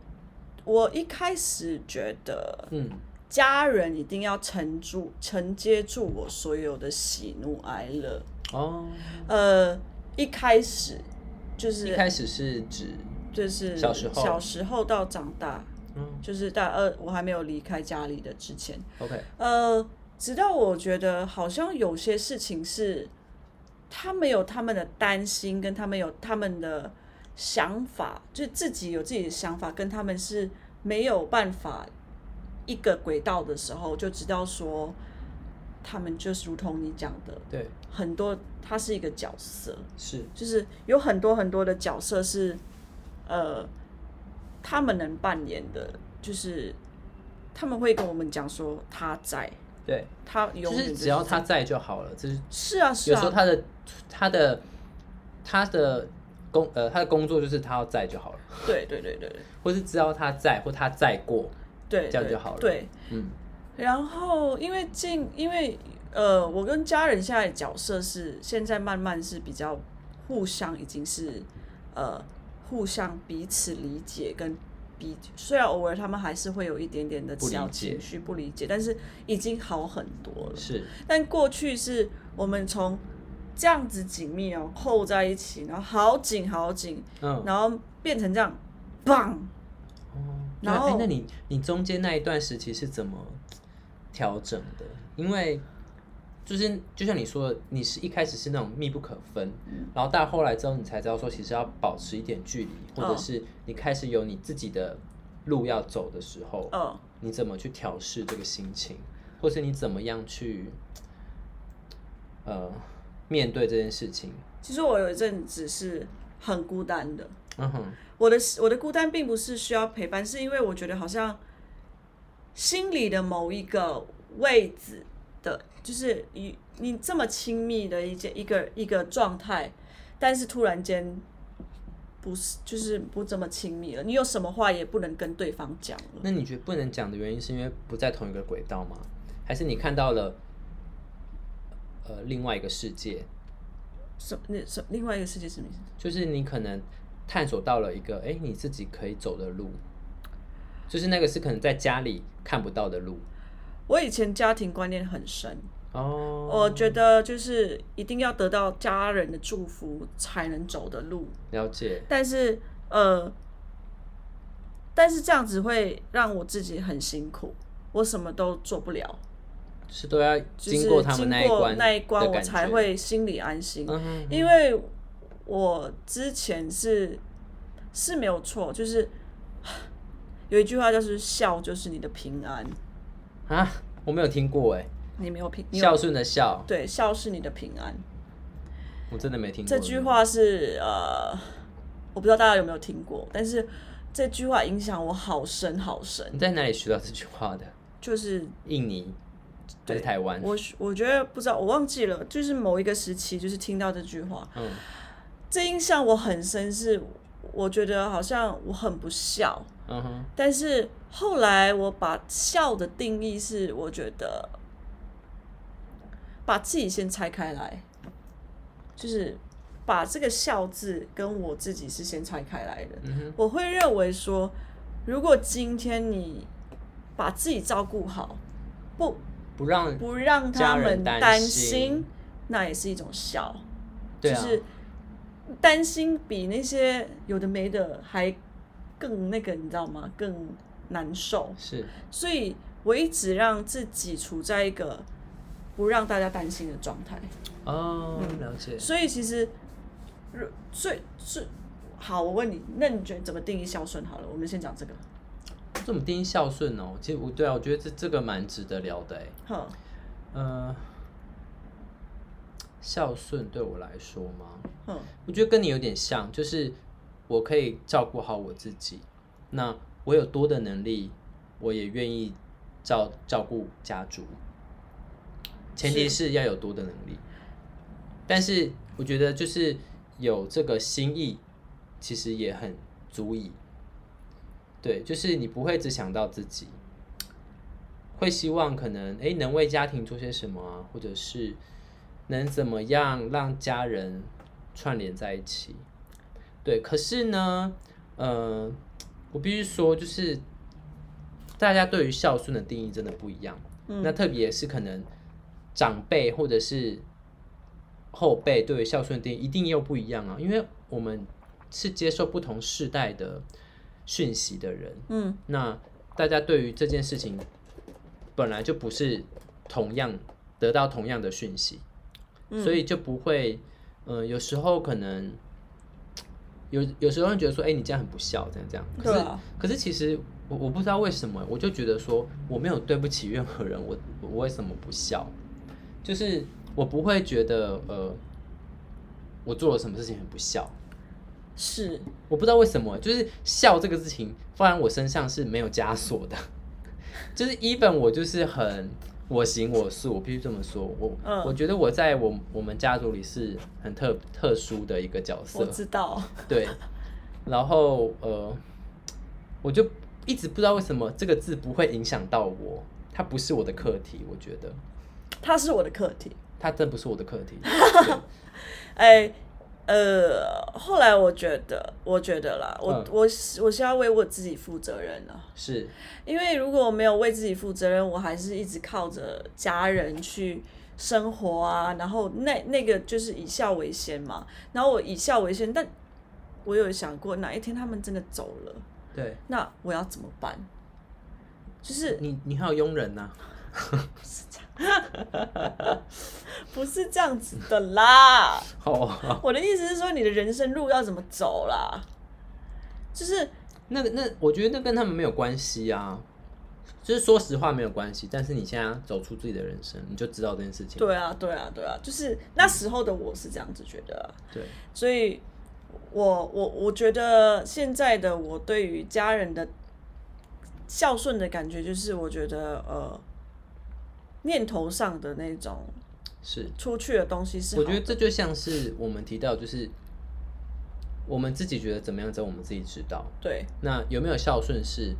我一开始觉得嗯家人一定要承住承接住我所有的喜怒哀乐，哦，呃，一开始就一是开始是指就是小时候小时候到长大，嗯就是大二我还没有离开家里的之前。 ，OK，呃，直到我觉得好像有些事情是他们有他们的担心，跟他们有他们的想法，就自己有自己的想法，跟他们是没有办法一个轨道的时候，就知道说他们就是如同你讲的，对，很多他是一个角色，是，就是有很多很多的角色是，呃，他们能扮演的，就是他们会跟我们讲说他在，对，他就永远是就只要在他在就好了，这是是啊是有时候啊，他的他的他的工呃他的工作就是他要在就好了，对对对对对或是知道他在或他在过，对，这样对就好了对，嗯，然后因为进因为呃，我跟家人现在的角色是现在慢慢是比较互相已经是呃互相彼此理解跟彼，虽然偶尔他们还是会有一点点的不理小解情绪不理解，但是已经好很多了。是但过去是我们从这样子紧密哦扣在一起，然后好紧好紧，嗯，然后变成这样，棒！对哦然后哎那你你中间那一段时期是怎么调整的？因为就是就像你说的，你是一开始是那种密不可分，嗯然后到后来之后你才知道说，其实要保持一点距离，或者嗯是你开始有你自己的路要走的时候，嗯，你怎么去调试这个心情，或是你怎么样去呃面对这件事情？其实我有一阵子是很孤单的。嗯哼，我的我的孤单并不是需要陪伴，是因为我觉得好像心里的某一个位置的，就是你你这么亲密的一件一个一个状态，但是突然间不是就是不这么亲密了，你有什么话也不能跟对方讲了。那你觉得不能讲的原因是因为不在同一个轨道吗？还是你看到了呃另外一个世界，什那什另外一个世界是什么意思？就是你可能探索到了一个哎、诶你自己可以走的路，就是那个是可能在家里看不到的路我以前家庭观念很深，哦。我觉得就是一定要得到家人的祝福才能走的路，了解，但是呃，但是这样子会让我自己很辛苦，我什么都做不了，是都要就是经经过他们那一过关那一关，的我感才觉。会心里安心。嗯哼因为我之前是是没有错，就是有一句话就是“孝就是你的平安啊，我没有听过哎，”，你没有平，你有孝顺的孝，对，孝是你的平安。嗯我真的没听过这句。话是呃，我不知道大家有没有听过，但是这句话影响我好深好深。你在哪里学到这句话的？就是印尼还是台湾？我我觉得不知道，我忘记了，就是某一个时期就是听到这句话，嗯，这印象我很深是，我觉得好像我很不孝，嗯哼，但是后来我把孝的定义是，我觉得把自己先拆开来，就是把这个孝字跟我自己是先拆开来的。嗯哼，我会认为说，如果今天你把自己照顾好，不不让不让他嗯们家人担担心心，那也是一种孝。对就啊，是担心比那些有的没的还更那个，你知道吗？更难受。是所以我一直让自己处在一个不让大家担心的状态。哦，了解。所以其实，如最最好，我问你，那你觉得怎么定义孝顺？好了，我们先讲这个。这么定义孝顺哦，其实我对啊，我觉得这这个蛮值得聊的哎。哼，呃，孝顺对我来说吗？哼，我觉得跟你有点像，就是我可以照顾好我自己，那我有多的能力，我也愿意照照顾家族，前提是要有多的能力。但是我觉得就是有这个心意，其实也很足以。对，就是你不会只想到自己，会希望可能诶能为家庭做些什么啊，或者是能怎么样让家人串联在一起。对，可是呢，呃，我必须说，就是大家对于孝顺的定义真的不一样。嗯那特别是可能长辈或者是后辈对于孝顺的定义一定又不一样啊，因为我们是接受不同世代的讯息的人。嗯，那大家对于这件事情本来就不是同样得到同样的讯息，嗯所以就不会，呃，有时候可能有有时候会觉得说，哎、你这样很不孝，这样这样。可对是、啊，可是其实我我不知道为什么，我就觉得说我没有对不起任何人，我我为什么不孝？就是我不会觉得呃，我做了什么事情很不孝。是我不知道为什么，就是笑这个事情放在我身上是没有枷锁的， 就是 even 我就是很我行我素，我必须这么说，我、嗯我觉得我在我我们家族里是很特特殊的一个角色，我知道， 对，然后呃，我就一直不知道为什么这个字不会影响到我，它不是我的课题，我觉得他是我的课题。它真不是我的课题，对哎、呃，后来我觉得，我觉得啦，我、嗯我是我是要为我自己负责任了，是因为如果我没有为自己负责任，我还是一直靠着家人去生活啊，然后那那个就是以孝为先嘛，然后我以孝为先，但我有想过哪一天他们真的走了，对，那我要怎么办？就是你你还有佣人呐、不是这样子的啦。哦，我的意思是说，你的人生路要怎么走啦？就是 那个那我觉得那跟他们没有关系啊，就是说实话没有关系。但是你现在走出自己的人生，你就知道这件事情。对啊，对啊，对啊，就是那时候的我是这样子觉得啊、嗯对，所以我我我觉得现在的我对于家人的孝顺的感觉，就是我觉得呃念头上的那种是。出去的东西是好我觉得这就像是我们提到，就是我们自己觉得怎么样，只有我们自己知道。对，那有没有孝顺是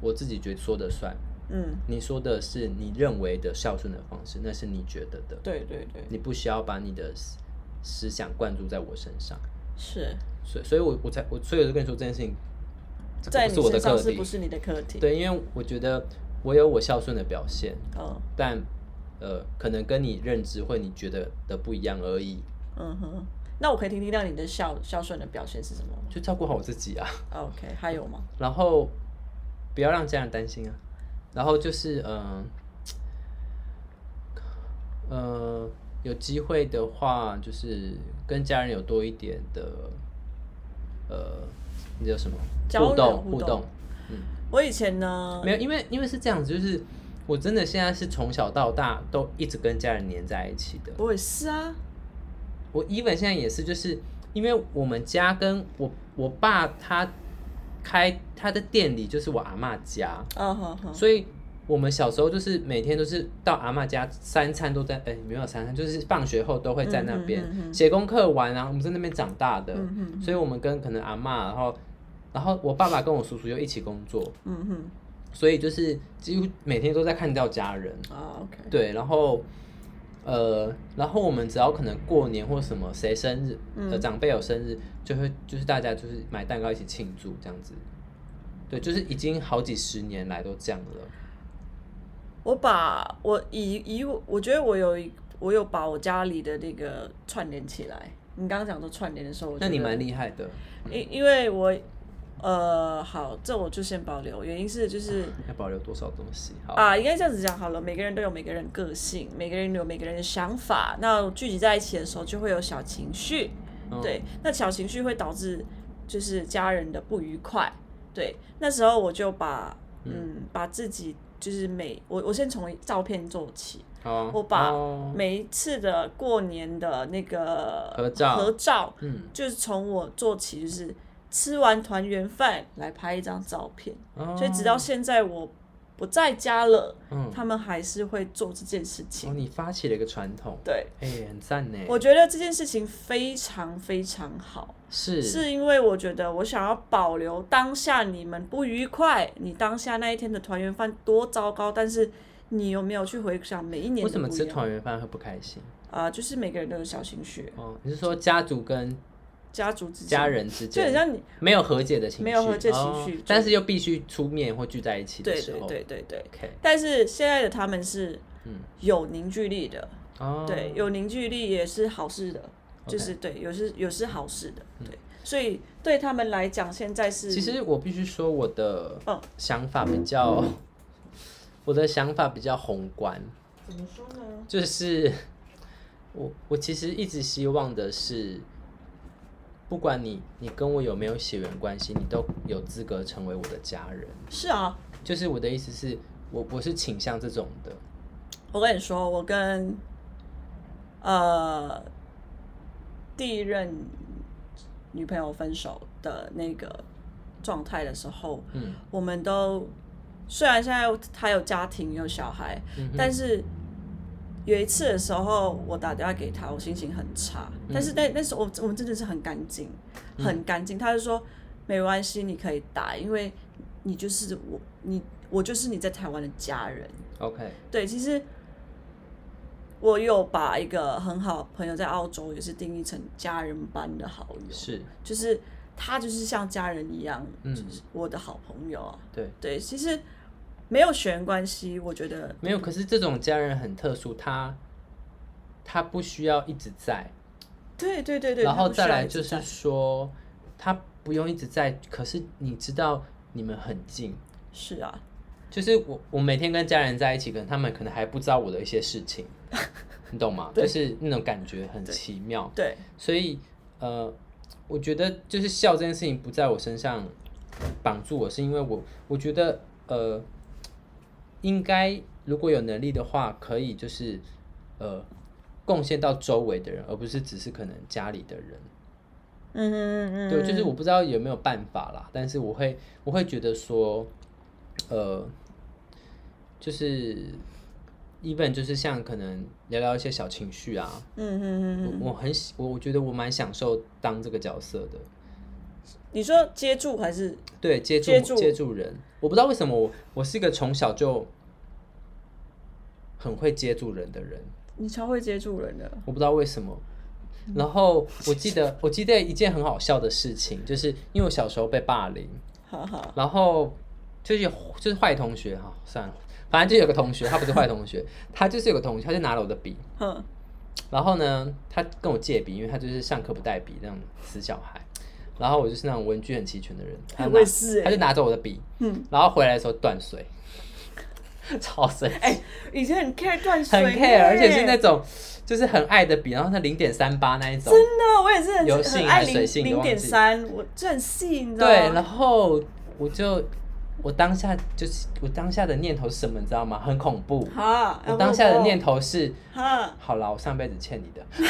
我自己觉得说的算，嗯，你说的是你认为的孝顺的方式，那是你觉得的，对对对，你不需要把你的思思想灌注在我身上。是所以，所以我我才我所以我就跟你说这件事情，这在个你不是我的身上课是题不。是你的课题？对，因为我觉得我有我孝顺的表现，嗯但呃，可能跟你认知或你觉得的不一样而已。嗯哼，那我可以听听到你的孝孝顺的表现是什么吗就照顾好我自己啊， ？OK，还有吗？然后不要让家人担心啊，然后就是嗯呃有机会的话，就是跟家人有多一点的呃，那叫什么交流动互互动嗯动，我以前呢，没有，因为因为是这样子，就是我真的现在是从小到大都一直跟家人黏在一起的。我也是啊，我 even 现在也是，就是因为我们家跟我我爸他开他的店里就是我阿嬷家，啊哈哈，所以我们小时候就是每天都是到阿嬷家，三餐都在，哎、没有三餐，就是放学后都会在那边嗯嗯嗯嗯写功课玩啊，我们在那边长大的，嗯哼所以我们跟可能阿嬷，然后然后我爸爸跟我叔叔又一起工作，嗯哼，所以就是几乎每天都在看到家人，啊 OK，对，然后呃，然后我们只要可能过年或什么谁生日，嗯呃，长辈有生日，就会就是大家就是买蛋糕一起庆祝这样子。对，就是已经好几十年来都这样了。我把我以以我我觉得我有一我有把我家里的那个串联起来。你刚刚讲说串联的时候，我那觉你得蛮厉害的，因因为我呃好，这我就先保留，原因是就是要保留多少东西？好，啊，应该这样子讲好了。每个人都有每个人个性，每个人有每个人的想法。那聚集在一起的时候，就会有小情绪，嗯对，那小情绪会导致就是家人的不愉快，对。那时候我就把嗯把自己就是每我我先从照片做起，好啊、我把哦每一次的过年的那个合照合照，嗯，就是从我做起，就是吃完团圆饭来拍一张照片。哦所以直到现在我不在家了，嗯他们还是会做这件事情。哦，你发起了一个传统，对，哎、很赞呢。我觉得这件事情非常非常好，是是因为我觉得我想要保留当下你们不愉快，你当下那一天的团圆饭多糟糕，但是你有没有去回想每一年为的什么不一吃样团圆饭会不开心？啊、就是每个人都有小情绪，哦，你是说家族跟家族之间家人之就间很像你没有和解的情绪，没有和解情哦绪就但是又必须出面或聚在一起的对时对候。对对对， OK，但是现在的他们是嗯有凝聚力的，哦，对，有凝聚力也是好事的，就是对，有是有是好事的，对，所以对他们来讲，现在是其实我必须说我的嗯想法比较，我的想法比较宏观，怎么说呢？就是我我其实一直希望的是，不管你你跟我有没有血缘关系，你都有资格成为我的家人。是啊，就是我的意思是，我我是倾向这种的，我跟你说，我跟呃第一任女朋友分手的那个状态的时候，嗯，我们都虽然现在他有家庭有小孩，嗯哼但是有一次的时候，我打电话给他，我心情很差，嗯但是那那时候我我们真的是很干净，很干净。他就说没关系，你可以打，因为你就是我，你我就是你在台湾的家人。 OK，对，其实我有把一个很好的朋友在澳洲也是定义成家人般的好友，是就是他就是像家人一样，嗯就是我的好朋友啊。对。对，其实没有血缘关系，我觉得没有，可是这种家人很特殊，他他不需要一直在，对对对对。然他后不需再要来一直就是在说，他不用一直在，可是你知道你们很近，是啊，就是我我每天跟家人在一起，可能他们可能还不知道我的一些事 情，你懂吗？就是那种感觉很奇妙，对，所以呃，我觉得就是笑这件事情不在我身上绑住我，是因为我我觉得呃，应该如果有能力的话，可以就是呃贡献到周围的人，而不是只是可能家里的人。嗯嗯嗯，对，就是我不知道有没有办法啦，但是我会我会觉得说，呃，就是 even 就是像可能聊聊一些小情绪啊，嗯嗯嗯，我我很喜我我觉得我蛮享受当这个角色的，你说接住还是对，接接触接触人，我不知道为什么我我是一个从小就很会接住人的人，你超会接住人的？我不知道为什么。嗯然后我记得我记得一件很好笑的事情，就是因为我小时候被霸凌，哈哈，然后就是有就是坏同学哈、算了，反正就有个同学，他不是坏同学，他就是有个同学，他就拿了我的笔，哼，然后呢，他跟我借笔，因为他就是上课不带笔那种死小孩。然后我就是那种文具很齐全的人， 他就我也拿是欸他就拿着我的笔，嗯，然后回来的时候断 水，超生气，哎、以前很 care 断水很呢， care，而且是那种就是很爱的笔，然后它零点三八那一种，真的，我也是很油性很还爱是水零性零都忘点记哦三，我这很细，你知道对，吗？然后我就我当下就是我当下的念头是什么，你知道吗？很恐怖。哈，我当下的念头是，哈，好啦，我上辈子欠你的。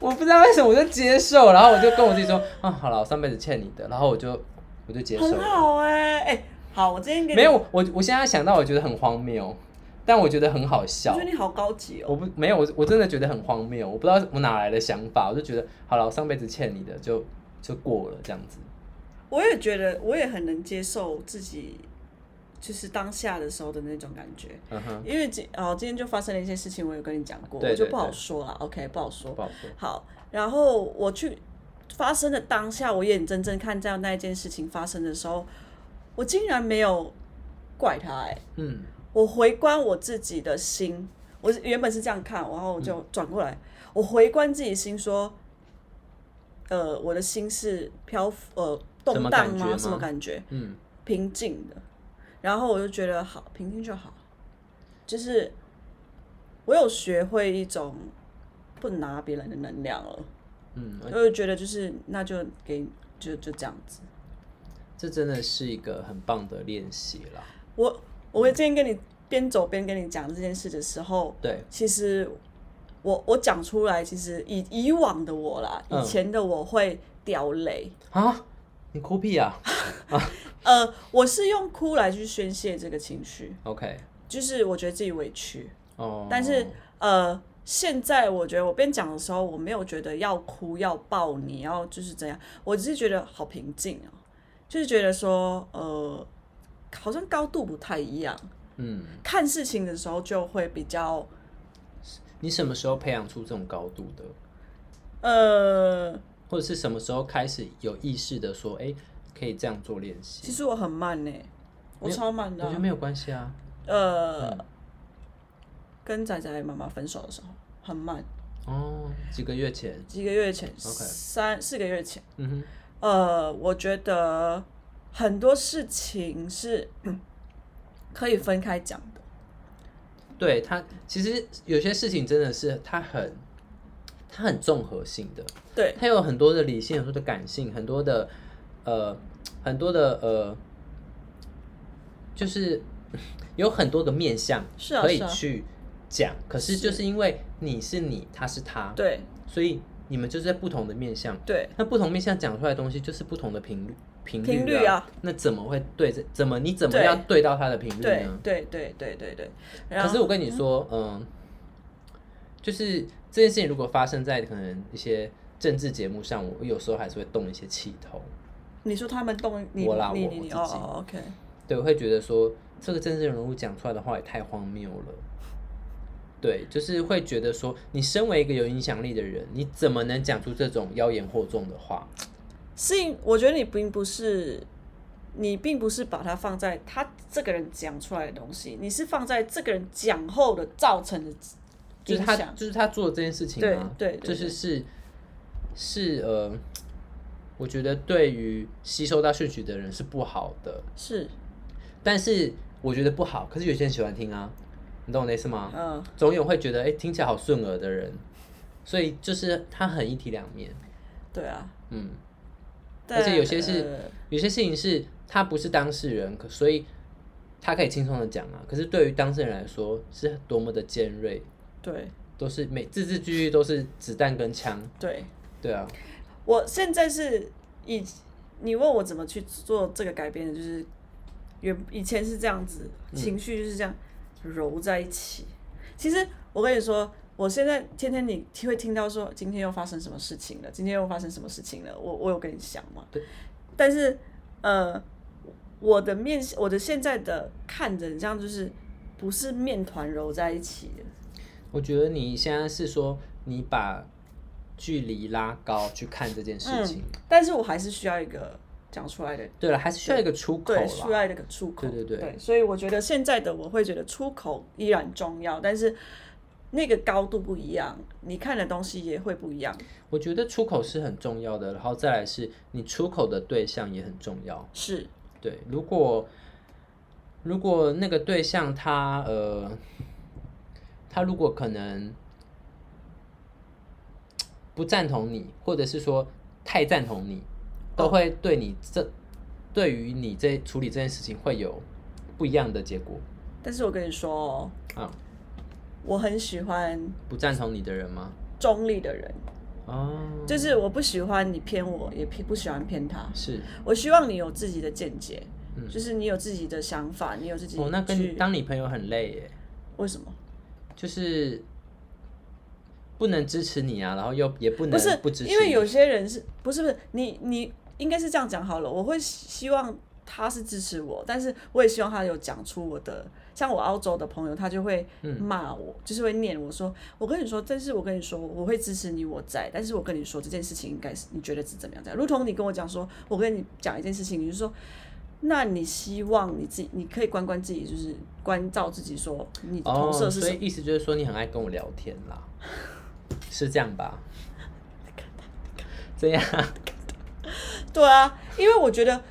我不知道为什么我就接受，然后我就跟我自己说，啊，好了，我上辈子欠你的，然后我就我就接受很了。好哎、哎、好，我今天给你没有，，我我现在想到，我觉得很荒谬，但我觉得很好我笑觉得。你好高级哦、我不没有，我我真的觉得很荒谬，我不知道我哪来的想法，我就觉得好了，我上辈子欠你的就就过了这样子。我也觉得，我也很能接受自己，就是当下的时候的那种感觉。嗯哼，因为今哦，今天就发生了一些事情，我有跟你讲过，对我对就不好对说了。OK，不好说。不好说。好，然后我去发生的当下，我眼睁睁看这样那一件事情发生的时候，我竟然没有怪他、哎，嗯，我回观我自己的心，我是原本是这样看，然后我嗯就转过来，我回观自己心说，呃，我的心是漂浮呃什动么荡感觉吗？吗什么感觉？嗯，平静的，然后我就觉得好，平静就好，就是我有学会一种不拿别人的能量了，嗯，我就觉得就是那就给就就这样子。这真的是一个很棒的练习啦。我我今天跟你边走边跟你讲这件事的时候，对，其实我我讲出来，其实以以往的我啦，嗯以前的我会掉泪，啊，你哭屁啊呃，我是用哭来去宣泄这个情绪， ？OK，就是我觉得自己委屈，哦，但是呃，现在我觉得我边讲的时候，我没有觉得要哭要抱你要就是怎样，我只是觉得好平静哦，就是觉得说呃，好像高度不太一样，嗯，看事情的时候就会比较你什么时候培养出这种高度的？呃，或者是什么时候开始有意识的说，哎、可以这样做练其习？实我很慢呢、我超慢我的觉啊、得没有关系啊。呃，嗯跟仔仔妈妈分手的时候很慢，哦，几个月前，几个月前 OK 三四个月前。嗯呃，我觉得很多事情是 嗯可以分开讲的。哼，对他，其实有些事情真的是他很，他很综合性的，对，它有很多的理性，很多的感性，很多的呃，很多的呃，就是 有很多个面向是啊可以是啊去讲。可是就是因为你是你，他是他，对，所以你们就是在不同的面向。对，那不同面向讲出来的东西就是不同的频率，频率频率啊那怎么会对着？怎么你怎么对要对到它的频率啊对呢？，对，对，对，对，对。然可后是我跟你说，嗯，就是这件事情如果发生在可能一些政治节目上，我有时候还是会动一些气头，你说他们动你，我啦你，我你，你我哦自己哦，OK，对，我会觉得说这个政治人物讲出来的话也太荒谬了。对，就是会觉得说，你身为一个有影响力的人，你怎么能讲出这种妖言惑众的话？是因，我觉得你并不是。你并不是把它放在他这个人讲出来的东西，你是放在这个人讲后的造成的就是影他，响就是他做这件事情啊，对对对就是是是呃，我觉得对于吸收到讯息的人是不好的，是，但是我觉得不好，可是有些人喜欢听啊，你懂我的意思吗？嗯，总有会觉得哎、诶听起来好顺耳的人，所以就是他很一体两面，对啊，嗯，但而且有些是呃有些事情是他不是当事人，可所以他可以轻松的讲啊，可是对于当事人来说是多么的尖锐，呃对都是每字字句句都是子弹跟枪，对，对啊，我现在是以你问我怎么去做这个改变的，就是原以前是这样子，情绪就是这样揉在一起。其实我跟你说，我现在天天你会听到说今天又发生什么事情了，今天又发生什么事情了，我我有跟你讲嘛？对。但是呃，我的面我的现在的看着，你这样就是不是面团揉在一起的，我觉得你现在是说你把距离拉高去看这件事情，但是我还是需要一个讲出来的对了，还是需要一个出口对，啦，需要一个出口。对对对所以我觉得现在的我会觉得出口依然重要，但是那个高度不一样，你看的东西也会不一样。我觉得出口是很重要的，然后再来是你出口的对象也很重要。是，对，如果如果那个对象他呃，他如果可能哦不赞同你，或者是说太赞同你，都会对你这对于你这处理这件事情会有不一样的结果。但是我跟你说、哦，啊，我很喜欢不赞同你的人吗？中立的人，哦，就是我不喜欢你偏我，也偏不喜欢偏他。是嗯我希望你有自己的见解，就是你有自己的想法，你有自己哦，那跟去当你朋友很累耶，为什么？就是不能支持你啊，然后又也不能不是支持你，因为有些人是不是不是你你应该是这样讲好了，我会希希望他是支持我，但是我也希望他有讲出我的。像我澳洲的朋友，他就会嗯骂我，就是会念我说：“我跟你说，但是我跟你说，我会支持你，我在。但是我跟你说，这件事情应该是你觉得是怎么样？这样，如同你跟我讲说，我跟你讲一件事情，你就说，那你希望你自己，你可以关关自己，就是关照自己说你的投哦，射是所什以么。意思就是说你很爱跟我聊天 啦，是这样吧？这样对啊，因为我觉得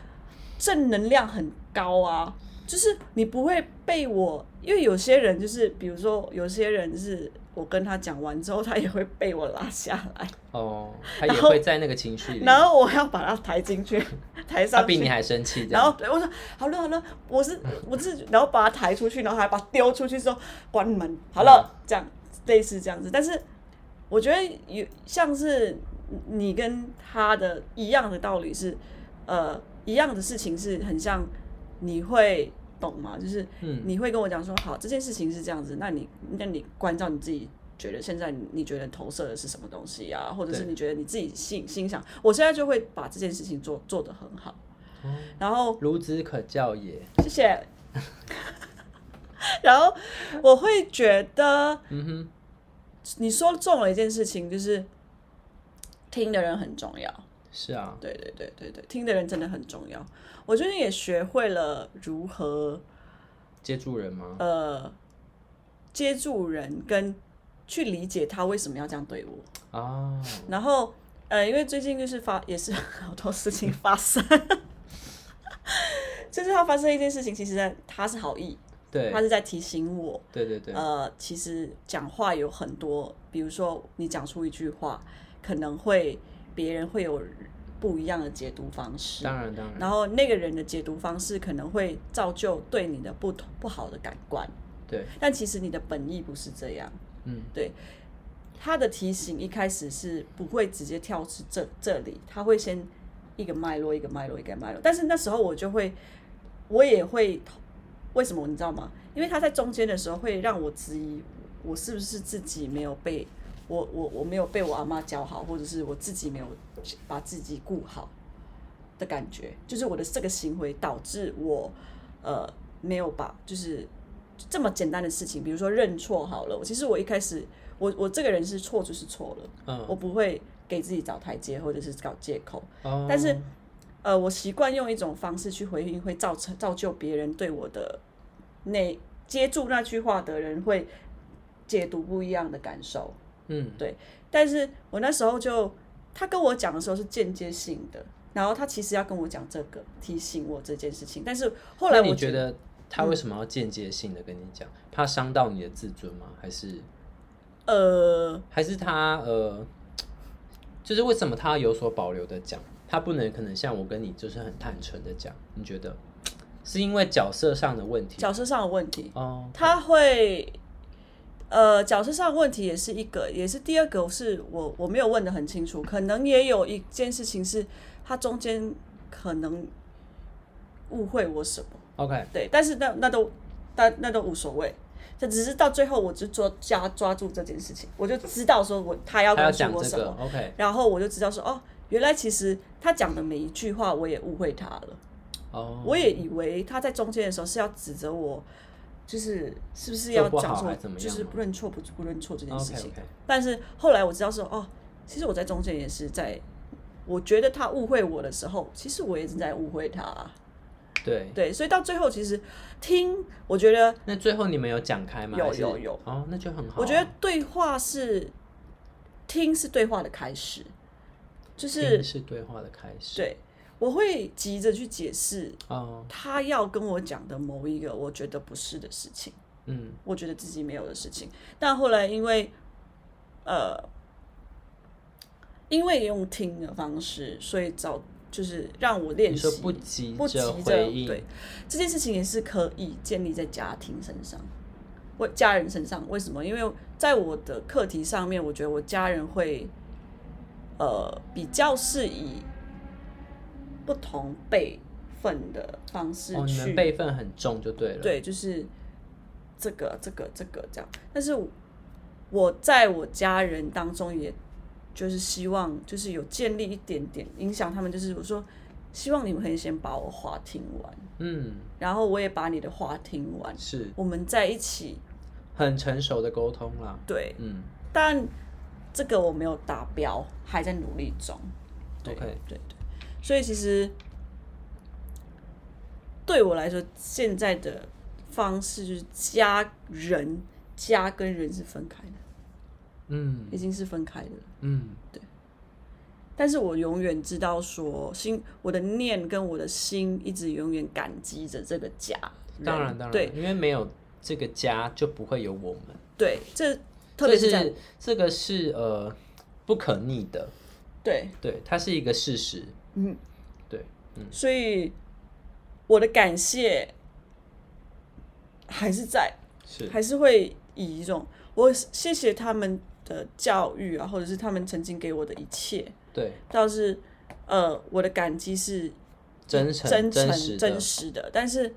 正能量很高啊，就是你不会被我，因为有些人就是，比如说有些人是我跟他讲完之后，他也会被我拉下来， 哦，他也会在那个情绪里，然后我要把他抬进 去，抬他上比去你。还生气，这然后样对我说好了好了，我是我是，然后把他抬出去，然后还把他丢出去之后关门，好了，嗯这样类似这样子。但是我觉得有像是你跟他的一样的道理是，呃，一样的事情是很像，你会懂吗？就是嗯你会跟我讲说，好，这件事情是这样子，那你那你关照你自己。觉得现在你你觉得投射的是什么东西啊，或者是对你觉得你自己心心想，我现在就会把这件事情做做得很好，哦然后孺子可教也。谢谢。 然后我会觉得，嗯哼，你说中了一件事情，就是听的人很重要。是啊，对对对对对，听的人真的很重要。我最近也学会了如何接住人吗？呃接住人，跟去理解他为什么要这样对我。啊，然后呃，因为最近就是发也是 好多事情发生， 就是他发生一件事情，其实在他是好意，对他是在提醒我。对对对，呃，其实讲话有很多，比如说你讲出一句话，可能会别人会有不一样的解读方式，当然当然，然后那个人的解读方式可能会造就对你的不同不好的感官，对，但其实你的本意不是这样。嗯，对，他的提醒一开始是不会直接跳至这这里，他会先一个脉络一个脉络一个脉络。但是那时候我就会，我也会，为什么你知道吗？因为他在中间的时候会让我质疑，我是不是自己没有被我我我没有被我阿妈教好，或者是我自己没有把自己顾好的感觉，就是我的这个行为导致我呃没有把就是这么简单的事情，比如说认错好了。其实我一开始，我我这个人是错就是错了，嗯我不会给自己找台阶或者是找借口。哦，但是呃，我习惯用一种方式去回应，会造成造就别人对我的那接住那句话的人会解读不一样的感受。嗯，但是我那时候就他跟我讲的时候是间接性的，然后他其实要跟我讲这个，提醒我这件事情。但是后来哦那我嗯你觉得他为什么要间接性的跟你讲？怕伤到你的自尊吗？还是呃，还是他呃，就是为什么他有所保留的讲，他不能可能像我跟你就是很坦诚的讲？你觉得是因为角色上的问题？角色上有问题。哦，他会，呃，角色上的问题也是一个，也是第二个是我我没有问的很清楚，可能也有一件事情是他中间可能误会我什么， ，OK，对，但是那那都那那都无所谓。这只是到最后，我就抓抓抓住这件事情，我就知道说我他要他要告诉讲我这什个么， ，OK，然后我就知道说哦，原来其实他讲的每一句话我也误会他了。哦，我也以为他在中间的时候是要指责我，就是是不做是要不好讲还说是怎么样就是吗不认错不不认错这件事 OK 情。 OK，但是后来我知道说，哦，其实我在中间也是在，我觉得他误会我的时候，其实我也是在误会他、啊。对。对，所以到最后其实听，我觉得那最后你们有讲开吗？啊有还是有有。哦，那就很好啊。我觉得对话是听是对话的开始，就是听是对话的开始。对我会急着去解释哦，他要跟我讲的某一个我觉得不是的事情。嗯，我觉得自己没有的事情。但后来因为，呃，因为用听的方式，所以找就是让我练你习说，不急不急着着回应，对这件事情也是可以建立在家庭身上，为家人身上。为什么？因为在我的课题上面，我觉得我家人会，呃，比较是以不同辈分的方式哦，你去、们辈分很重就对了。对，就是这个这个这个这样。但是我在我家人当中，也就是希望就是有建立一点点影响他们，就是我说希望你们可以先把我话听完，嗯，然后我也把你的话听完，是我们在一起。很成熟的沟通啦。对，嗯但这个我没有达标，还在努力中。对，OK，对对，所以其实对我来说，现在的方式就是家人，家跟人是分开的，嗯已经是分开的了。嗯，但是我永远知道说，心我的念跟我的心一直永远感激着这个家人。当然当然，对因为没有这个家就不会有我们，对，这特这别是在是这个是呃不可逆的，对对，它是一个事实。嗯，对，所以我的感谢还是在，是还是会以一种我谢谢他们的教育啊，或者是他们曾经给我的一切，对，倒是呃，我的感激是真诚真诚、真真实实的的，但是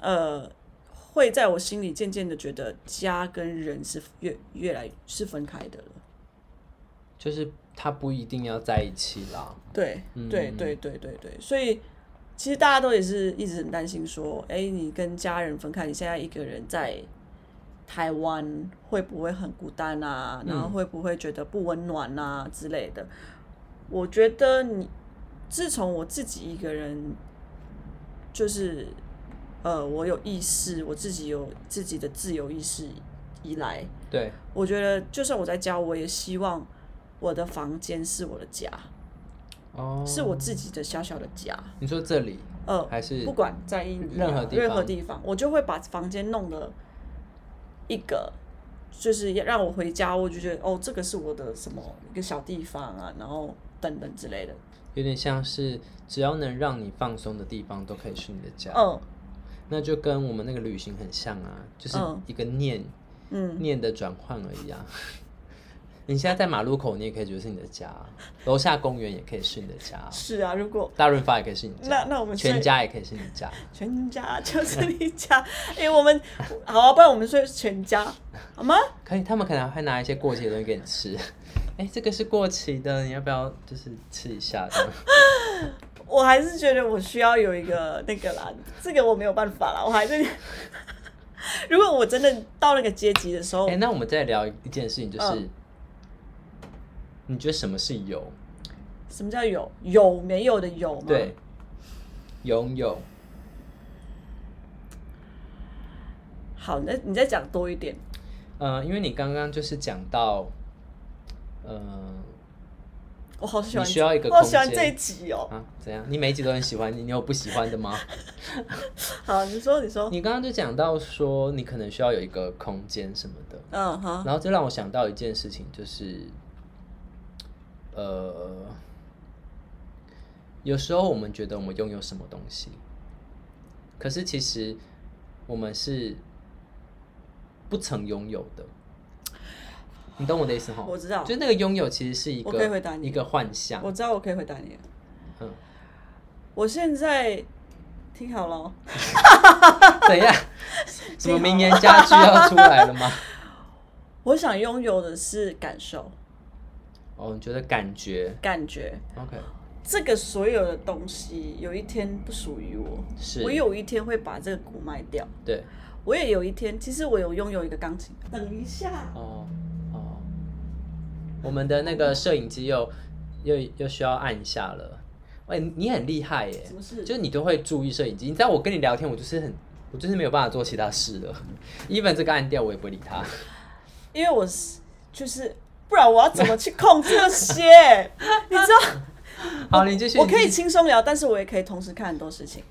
呃，会在我心里渐渐的觉得家跟人是越越来是分开的了。就是它不一定要在一起啦。对嗯对对对对对，所以其实大家都也是一直很担心说，哎、你跟家人分开，你现在一个人在台湾会不会很孤单啊？然嗯后会不会觉得不温暖啊之类的？我觉得你自从我自己一个人，就是呃，我有意识，我自己有自己的自由意识以来，对，我觉得就算我在家，我也希望我的房间是我的家。哦，是我自己的小小的家，你说这里，呃，还是不管在意你任何地任何方地方，我就会把房间弄得一个，就是要让我回家，我就觉得哦，这个是我的什么一个小地方啊，然后等等之类的，有点像是只要能让你放松的地方都可以是你的家。嗯那就跟我们那个旅行很像啊，就是嗯一个念、嗯，念的转换而已啊。 你现在在马路口，你也可以觉得是你的家啊；楼下公园也可以是你的家啊，是啊，如果大润发也可以是你的家，那那我们全现家也可以是你的家。全家 就是你家，哎、我们好、啊，不然我们睡全家好吗？可以，他们可能会拿一些过期的东西给你吃。 哎、这个是过期的，你要不要就是吃一下？ 这样我还是觉得我需要有一个那个啦，这个我没有办法啦，我还是。 如果我真的到那个阶级的时候，哎、那我们再聊一件事情，就是、哦嗯你觉得什么是有？什么叫有？有没有的有吗？对，，拥有。好，那你再讲多一点。呃，因为你刚刚就是讲到，呃，我好喜欢，你需要一个我好喜欢空这间一集哦。啊，怎样？你每一集都很喜欢你，你有不喜欢的吗？好，你说，你说，你刚刚就讲到说，你可能需要有一个空间什么的，嗯哈，然后这让我想到一件事情，就是，呃，有时候我们觉得我们拥有什么东西，可是其实我们是不曾拥有的。你懂我的意思哈？我知道就是那个拥有其实是一我可以个回答你一个幻象我。知道，我可以回答你了。嗯，我现在听好了哦，怎 样？什么名言佳句要出来了吗？我想拥有的是感受、哦，你觉得感觉感觉， ？OK，这个所有的东西，有一天不属于我，是我有一天会把这个股卖掉。对，我也有一天，其实我有拥有一个钢琴。等一下，哦哦，我们的那个摄影机又又又需要按一下了。喂、你很厉害耶什！么事？就是你都会注意摄影机。你知道我跟你聊天，我就是很，我就是没有办法做其他事了。even 这个按掉，我也不会理 他。因为我是就是，不然我要怎么去控制这些？你知道，好，你继续。我可以你继续轻松聊，但是我也可以同时看很多事情。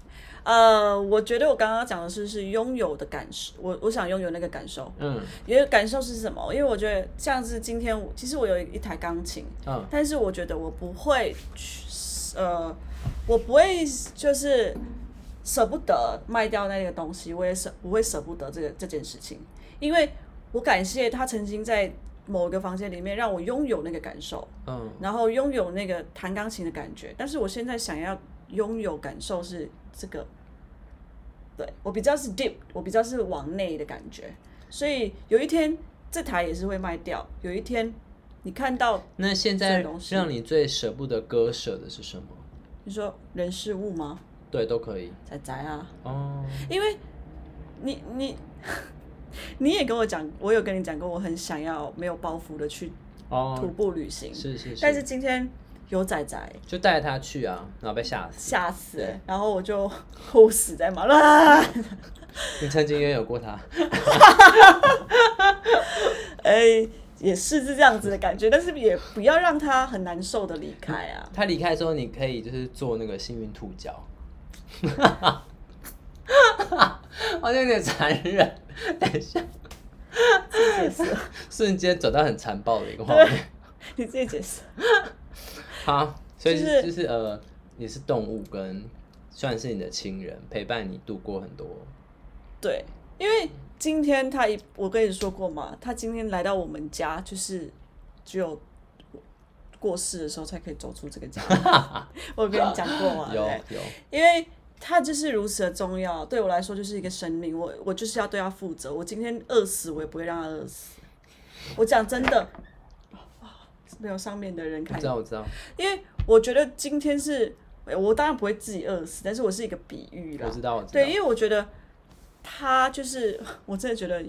呃，我觉得我刚刚讲的是是拥有的感受，我我想拥有那个感受，嗯也有感受是什么？因为我觉得像是今天我，其实我有一台钢琴，嗯但是我觉得我不会去呃，我不会就是舍不得卖掉那个东西，我也舍不会舍不得这个这件事情，因为我感谢他曾经在某一个房间里面让我拥有那个感受，嗯，然后拥有那个弹钢琴的感觉，但是我现在想要拥有感受是这个，对我比较是 deep，我比较是往内的感觉，所以有一天这台也是会卖掉，有一天你看到那现这在东西让你最舍不得割舍的是什么？你说人事物吗？对，都可以。仔仔啊，哦，因为你你 你也跟我讲，我有跟你讲过，我很想要没有包袱的去徒哦，步旅行，是是是，但是今天有仔仔。就带他去啊，然后被吓死。吓死对，然后我就 哭死在马路啊！你曾经也有过他，哎、也是是这样子的感觉，但是也不要让他很难受的离开啊。他离开之后，你可以就是做那个幸运兔脚，好像有点残忍。等一下，自己解释， 瞬间转到很残暴的一个画对面。，你自己解释。好，所以就是是就是呃，你是动物跟算是你的亲人，陪伴你度过很多。对，因为今天他一，我跟你说过嘛，他今天来到我们家，就是只有过世的时候才可以走出这个家。我有跟你讲过嘛，对有不对，有，因为他就是如此的重要，对我来说就是一个生命，我我就是要对他负责。我今天饿死，我也不会让他饿死。我讲真的， 没有上面的人我看知，道我知道，因为我觉得今天是，我当然不会自己饿死，但是我是一个比喻啦我，知哦道我知对，道。因为我觉得他就是， 我真的觉得，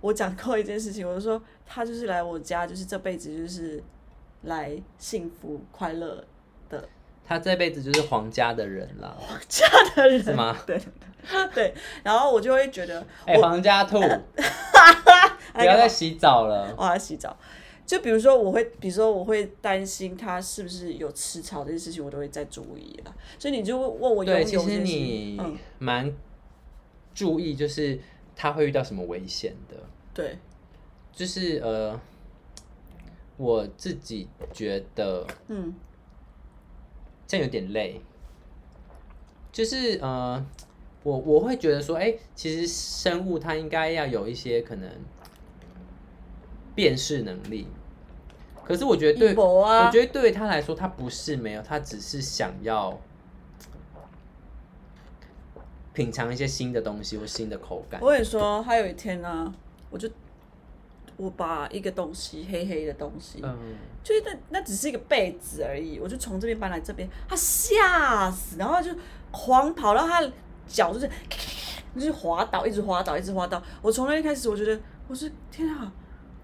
我讲过一件事情，我就说他就是来我家，就是这辈子就是来幸福快乐的他这辈子就是皇家的人啦，家的人是吗？对对，然后我就会觉得，哎、皇家 兔，不要再洗澡了。我要洗澡。就比如说，我会，比如说，我会担心他是不是有吃草这件事情，我都会再注意了。所以你就问我有没对，有其这实件事你情，嗯，蛮注意，就是他会遇到什么危险的。对，就是呃，我自己觉得嗯，这样有点累。就是呃，我我会觉得说，哎、其实生物它应该要有一些可能辨识能力。可是我觉得对，一博啊我觉得对于他来说，他不是没有，他只是想要品尝一些新的东西或新的口感。我跟你说，还有一天呢、我就我把一个东西，黑黑的东西，嗯，就是那那只是一个被子而已，我就从这边搬来这边，他吓死，然后就狂跑，然后他脚就是 就是滑倒，一直滑倒，一直滑倒。我从那一开始，我觉得我是天啊，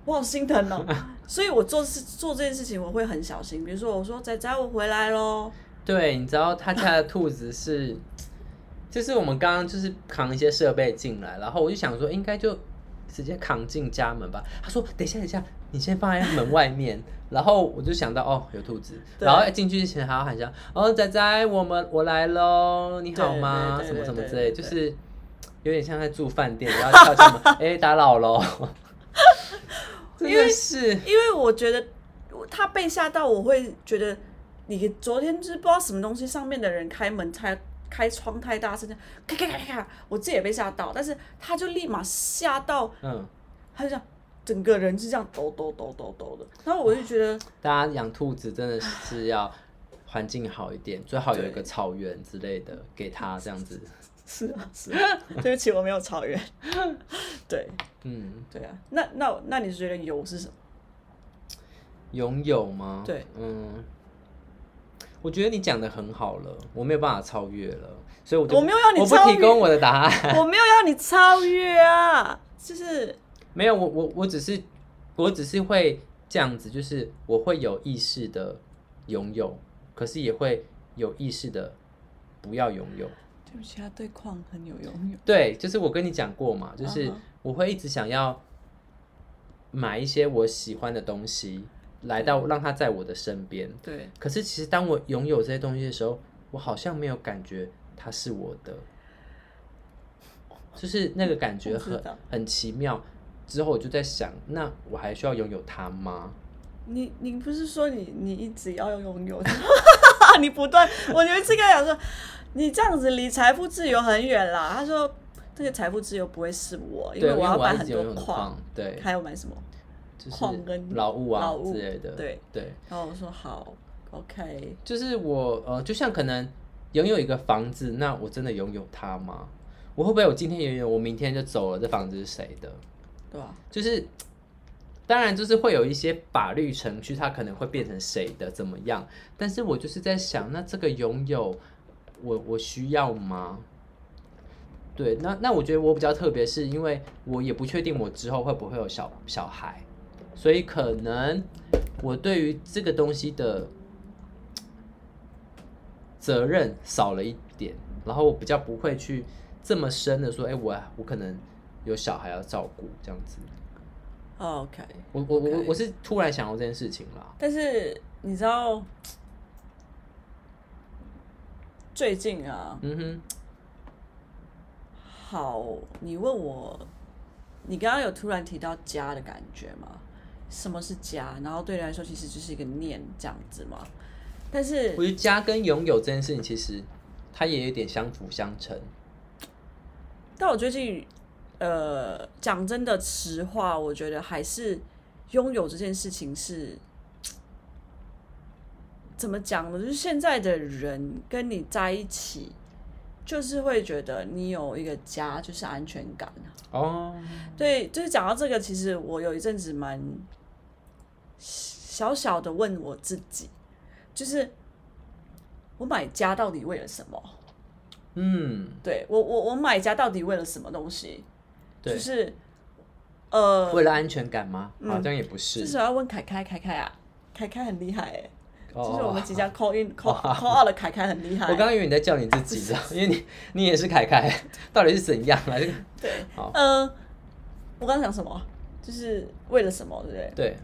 我好心疼 哦。所以我做事做这件事情，我会很小心。比如说，我说仔仔，我回来喽。对，你知道他家的兔子是，就是我们刚刚就是扛一些设备进来，然后我就想说应该就直接扛进家门吧。他说等一下等一下，你先放在门外面。然后我就想到哦有兔子，对然后进去之前还要喊一下哦仔仔我们我来喽你好吗对什对么对什么对之类，对就对是有点像在住饭店，然后跳进 门哎打扰喽， 真的是因为我觉得我他被吓到，我会觉得你昨天就是不知道什么东西上面的人开门太开窗太大声，咔咔咔咔咔，我自己也被吓到，但是他就立马吓到。嗯他就这样，整个人是这样抖抖抖抖抖的。然后我就觉得，大家养兔子真的是要环境好一点，最好有一个草原之类的给它这样 子。是啊是啊，对不起，我没有草原。对嗯，对啊，那那那你觉得油是什么？拥有吗？对，嗯，我觉得你讲的很好了，我没有办法超越了，所以我就我没有要你我不超提越供我的答案，我没有要你超越啊，就是没有，我我我只是我只是会这样子，就是我会有意识的拥有，可是也会有意识的不要拥有。对不起，他对矿很有用。对，就是我跟你讲过嘛，就是嗯哼我会一直想要买一些我喜欢的东西，来到让它在我的身边。对，可是其实当我拥有这些东西的时候，我好像没有感觉它是我的，就是那个感觉我知很道很奇妙。之后我就在想，那我还需要拥有它吗？你你不是说你你一直要拥有？怕 你不断。我有一次跟他讲说，你这样子离财富自由很远啦。他说这个财富自由不会是我，因对，为因为要我买一很直有用多的矿矿，，对，还有买什么。就是矿跟劳务啊劳务之类的，对对，然后我说好，OK，就是我呃，就像可能拥有一个房子，那我真的拥有它吗？我会不会我今天拥有，我明天就走了？这房子是谁的？对吧、就是当然就是会有一些法律程序，它可能会变成谁的怎么样？但是我就是在想，那这个拥有，我我需要吗？对，那那我觉得我比较特别，是因为我也不确定我之后会不会有小小孩，所以可能我对于这个东西的责任少了一点，然后我比较不会去这么深的说，哎、我我可能有小孩要照顾这样子。哦 o k 我我我 OK 我是突然想到这件事情啦，但是你知道，最近啊，嗯哼，好，你问我，你刚刚有突然提到家的感觉吗？什么是家？然后对你来说，其实就是一个念这样子吗？但是我觉得家跟拥有这件事情，其实它也有点相辅相成。但我最近，呃，讲真的实话，我觉得还是拥有这件事情是怎么讲呢？就是现在的人跟你在一起，就是会觉得你有一个家，就是安全感啊。哦，对，就是讲到这个，其实我有一阵子蛮小小的问我自己，就是我买家到底为了什么？嗯，对我，我我买家到底为了什么东西？对就是呃，为了安全感吗？好像也不嗯这是，时候要问凯凯，凯凯啊，凯凯很厉害哎、哦就是我们 即将 call in call 哇 call out 的凯凯很厉害我。刚刚以为你在叫你自己， 知道，因为你你也是凯凯，到底是怎样啊？这 个对，好呃，我刚刚讲什么？就是为了什么，对不对？对，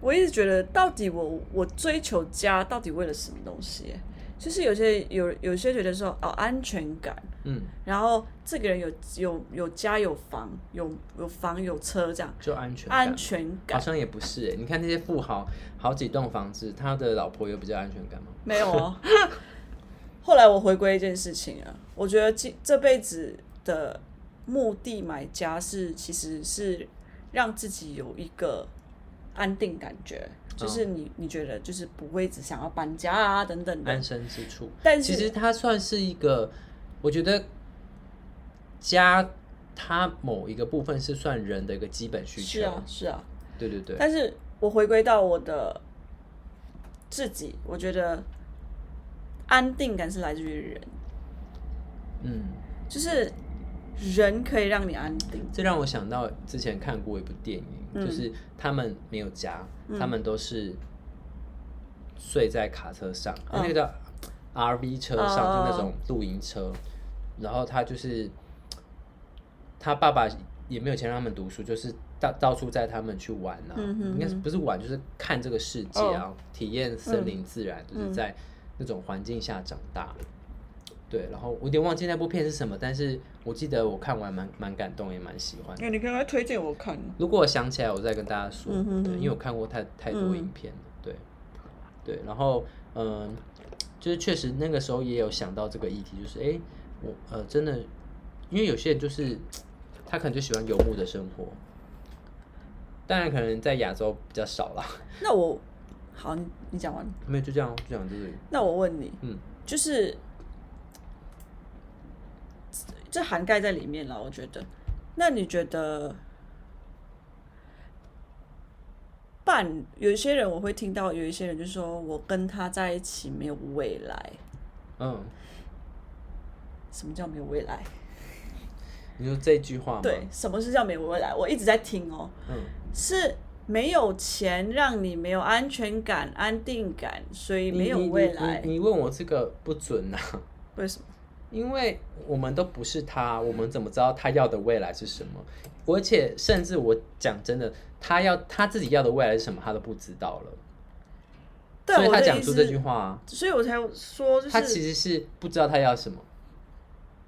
我一直觉得，到底我我追求家到底为了什么东西欸？就是有些有有些觉得说哦安全感，嗯，然后这个人有有有家有房有有房有车这样就安全感安全好感像也不是哎，你看那些富豪，好几栋房子，他的老婆有比较安全感吗？没有哦。后来我回归一件事情啊，我觉得这这辈子的目的买家是其实是让自己有一个安定感觉，就是你你觉得就是不会只想要搬家啊等等的，安身之处。但其是实它算是一个，我觉得家它某一个部分是算人的一个基本需求。是啊，是啊。对对对，但是我回归到我的自己，我觉得安定感是来自于人，嗯，就是人可以让你安定。这让我想到之前看过一部电影，嗯就是他们没有家，他们都是睡在卡车上，那个叫 RV 车上，嗯哦就那种露营车，然后他就是他爸爸也没有钱让他们读书，就是到到处带他们去玩啊，嗯哼哦应该是不是玩，就是看这个世界啊，体验森嗯林自然，就是在那种环境下长大。对，然后我有点忘记那部片是什么，但是我记得我看完蛮蛮感动，也蛮喜欢。哎、你刚刚推荐我看，如果我想起来，我再跟大家说。嗯哼嗯对，因为我看过太太多影片了。对，对，然后嗯、就是确实那个时候也有想到这个议题，就是诶，我呃真的，因为有些人就是他可能就喜欢游牧的生活，当然可能在亚洲比较少啦。那我好，你你讲完，没有，就这样，就讲到这里。那我问你，嗯，就是这涵盖在里面了，我觉得。那你觉得伴有一些人，我会听到有一些人就说我跟他在一起没有未来。嗯，什么叫没有未来？你说这句话吗？对，，什么是叫没有未来？我一直在听哦，嗯，是没有钱让你没有安全感、安定感，所以你没有你未你来。你你问我这个不准呐、啊。为什么？因为我们都不是他，我们怎么知道他要的未来是什么？而且甚至我讲真的，他要他自己要的未来是什么，他都不知道了。对，啊所以我他的讲意出思这是句话，所以我才说，就他其是实是不知道他要什么。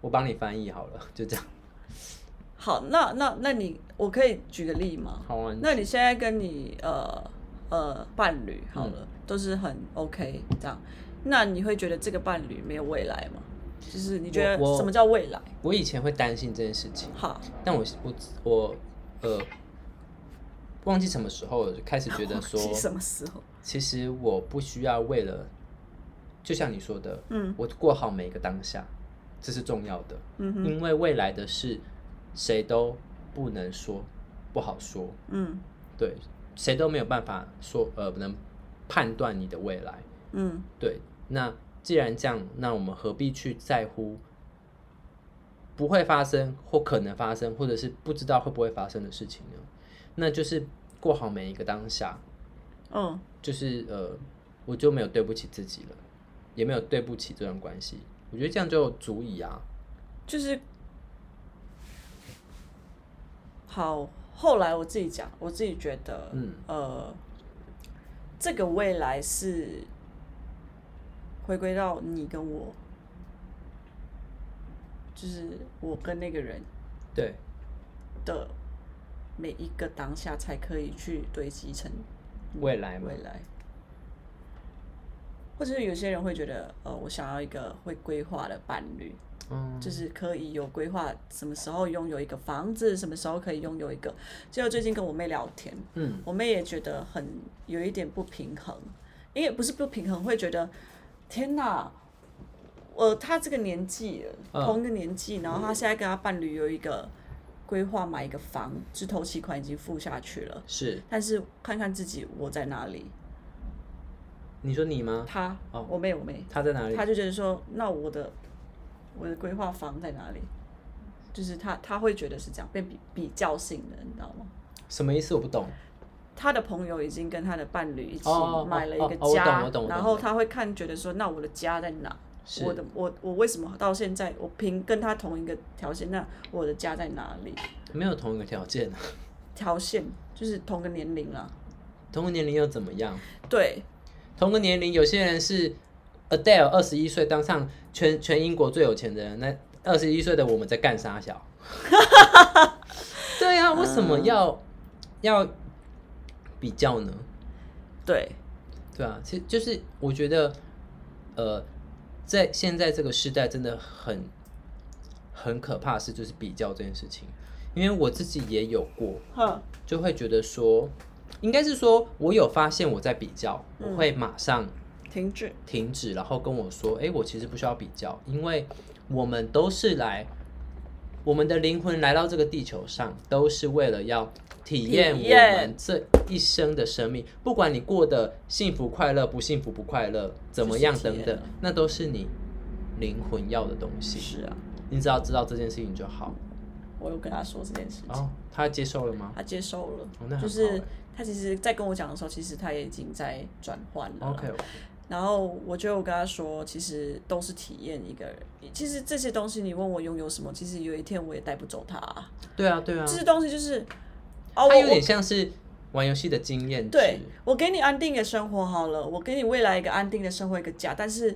我帮你翻译好了，就这样。 好，那那那你，我可以举个例吗？好啊，那你现嗯在跟你呃呃伴侣好了，都是很 OK 这样，那你会觉得这个伴侣没有未来吗？就是你觉得我我什么叫未来？我以前会担心这件事情，好，但我我我呃，忘记什么时候我就开始觉得说，是什么时候？其实我不需要为了，就像你说的，嗯我过好每一个当下，这是重要的，嗯哼，因为未来的事谁都不能说，不好说，嗯对，谁都没有办法说呃能判断你的未来，嗯对，那既然这样，那我们何必去在乎不会发生或可能发生，或者是不知道会不会发生的事情呢？那就是过好每一个当下，嗯就是呃，我就没有对不起自己了，也没有对不起这段关系，我觉得这样就足以啊。就是好。后来我自己讲，我自己觉得，嗯呃，这个未来是回归到你跟我，就是我跟那个人对，的每一个当下，才可以去堆积成未来嘛未，来。或者是有些人会觉得，呃，我想要一个会规划的伴侣，嗯，就是可以有规划，什么时候拥有一个房子，什么时候可以拥有一个。结果最近跟我妹聊天，嗯，我妹也觉得很有一点不平衡，因为不是不平衡，会觉得天哪，我她这个年纪了，嗯同一个年纪，然后她现在跟她伴侣有一个规划买一个房，就头期款已经付下去了，是，但是看看自己我在哪里，你说你吗？她，哦我妹，我妹，他在哪里？她就觉得说，那我的我的规划房在哪里？就是她她会觉得是这样，变比比较性的，你知道吗？什么意思？我不懂。他的朋友已经跟他的伴侣一起哦哦买了一个哦哦我懂家我懂我，懂然后他会看觉得说，那我的家在哪？是我的我我为什么到现在我凭跟他同一个条件，那我的家在哪里？没有同一个条件啊，条件就是同个年龄啦，同个年龄又怎么样？对，同个年龄，有些人是 Adele 二十一岁当上全全英国最有钱的人，那二十一岁的我们在干啥小？ 对啊，为什么要、嗯要比较呢？对，对啊，其实就是我觉得，呃，在现在这个时代真的很很可怕的事，就是比较这件事情，因为我自己也有过，哼，就会觉得说，应该是说我有发现我在比较，我会马上停止，停止，然后跟我说，诶，我其实不需要比较，因为我们都是来，我们的灵魂来到这个地球上，都是为了要体验体我验们这一生的生命，不管你过得幸福快乐、不幸福不快乐，怎么样就是体等验等了，那都是你灵魂要的东西，是啊，你只要知道这件事情就好。我有跟他说这件事情，哦，他接受了吗？他接受了哦那，很好就是欸他其实，在跟我讲的时候，其实他也已经在转换了啦。啊 OK，然后我就跟他说，其实都是体验一个人。其实这些东西，你问我拥有什么，其实有一天我也带不走它、啊。对啊，对啊这，些东西就是，哦，它我有点我像是玩游戏的经验值。对我给你安定的生活好了，我给你未来一个安定的生活一个家，但是。